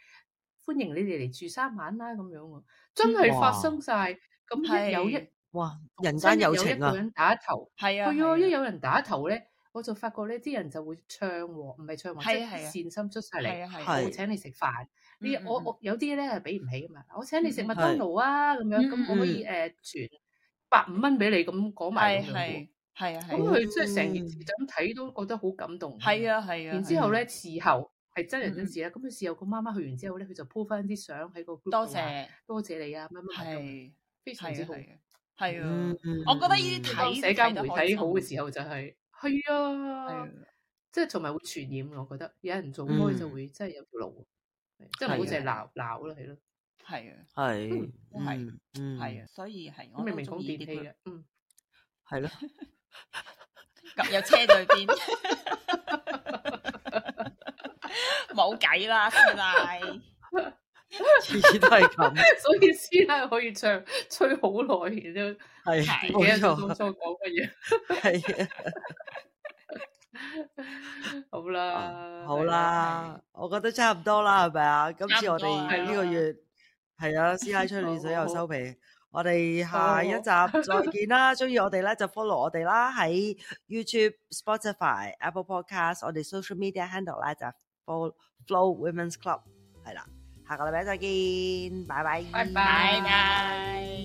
歡迎你哋嚟住三晚啦，咁樣喎，真係發生晒。咁一有一
係
嗯哇，人
真
間
係
有
一
情
個
啊，
人打頭，
係啊，
係啊，
係
一有人打頭咧，我就發覺呢啲人就會唱和，唔係唱和，即
係啊
係善
係
心出晒嚟。
係啊係
係
啊，
我請你食飯，呢
嗯嗯
我
嗯
我有啲咧係俾唔起啊嘛，我請你食
嗯嗯嗯
麥當勞啊咁樣，咁我可以誒存百五蚊俾你咁講埋咁樣
係
喎
係係啊
咁
係啊
佢真係成件事就咁睇都覺得好感動。
係啊係啊，
嗯然之後咧，事後係真人
嗯嗯
真事啊啦。咁佢事後個媽媽去完之後咧，佢就 po 翻啲相喺個 group
多
度話
謝
多謝你啊，乜乜乜咁，
係
非
係啊
常之好。
係啊係啊
嗯，，嗯
我覺得呢啲
嗯
睇
當社交媒體好嘅
時
時候就係係
係
啊
啊，
即係同埋會傳染。我覺得有人做開就
嗯
會真係有條路，係即係唔好淨係
係
鬧鬧啦，係咯。
係啊
嗯係，
都係
嗯嗯，
係啊，所以係我
咁明
都
明
中
講
意
電
啲
器
group，
嘅，嗯，
係咯，
咁有車對邊， 冇計啦，師奶，
次次都係咁，
所以師奶可以唱吹好耐，然之後
係
係啊
唔記得
冇
咗當
錯，
初講乜嘢。
係啊
好啦，
哦好啦，我覺得差唔多啦，係咪啊？今次
啊差唔
我
多啦
哋呢個月係啊，師奶吹暖水又收皮。我哋下一集再見啦！中意我哋咧就 follow 我哋啦，喺 YouTube、Spotify、Apple Podcast，我哋 social media handle 咧就 follow Flow Women's Club 係啦。下個禮拜再見，拜拜，
拜拜
拜拜。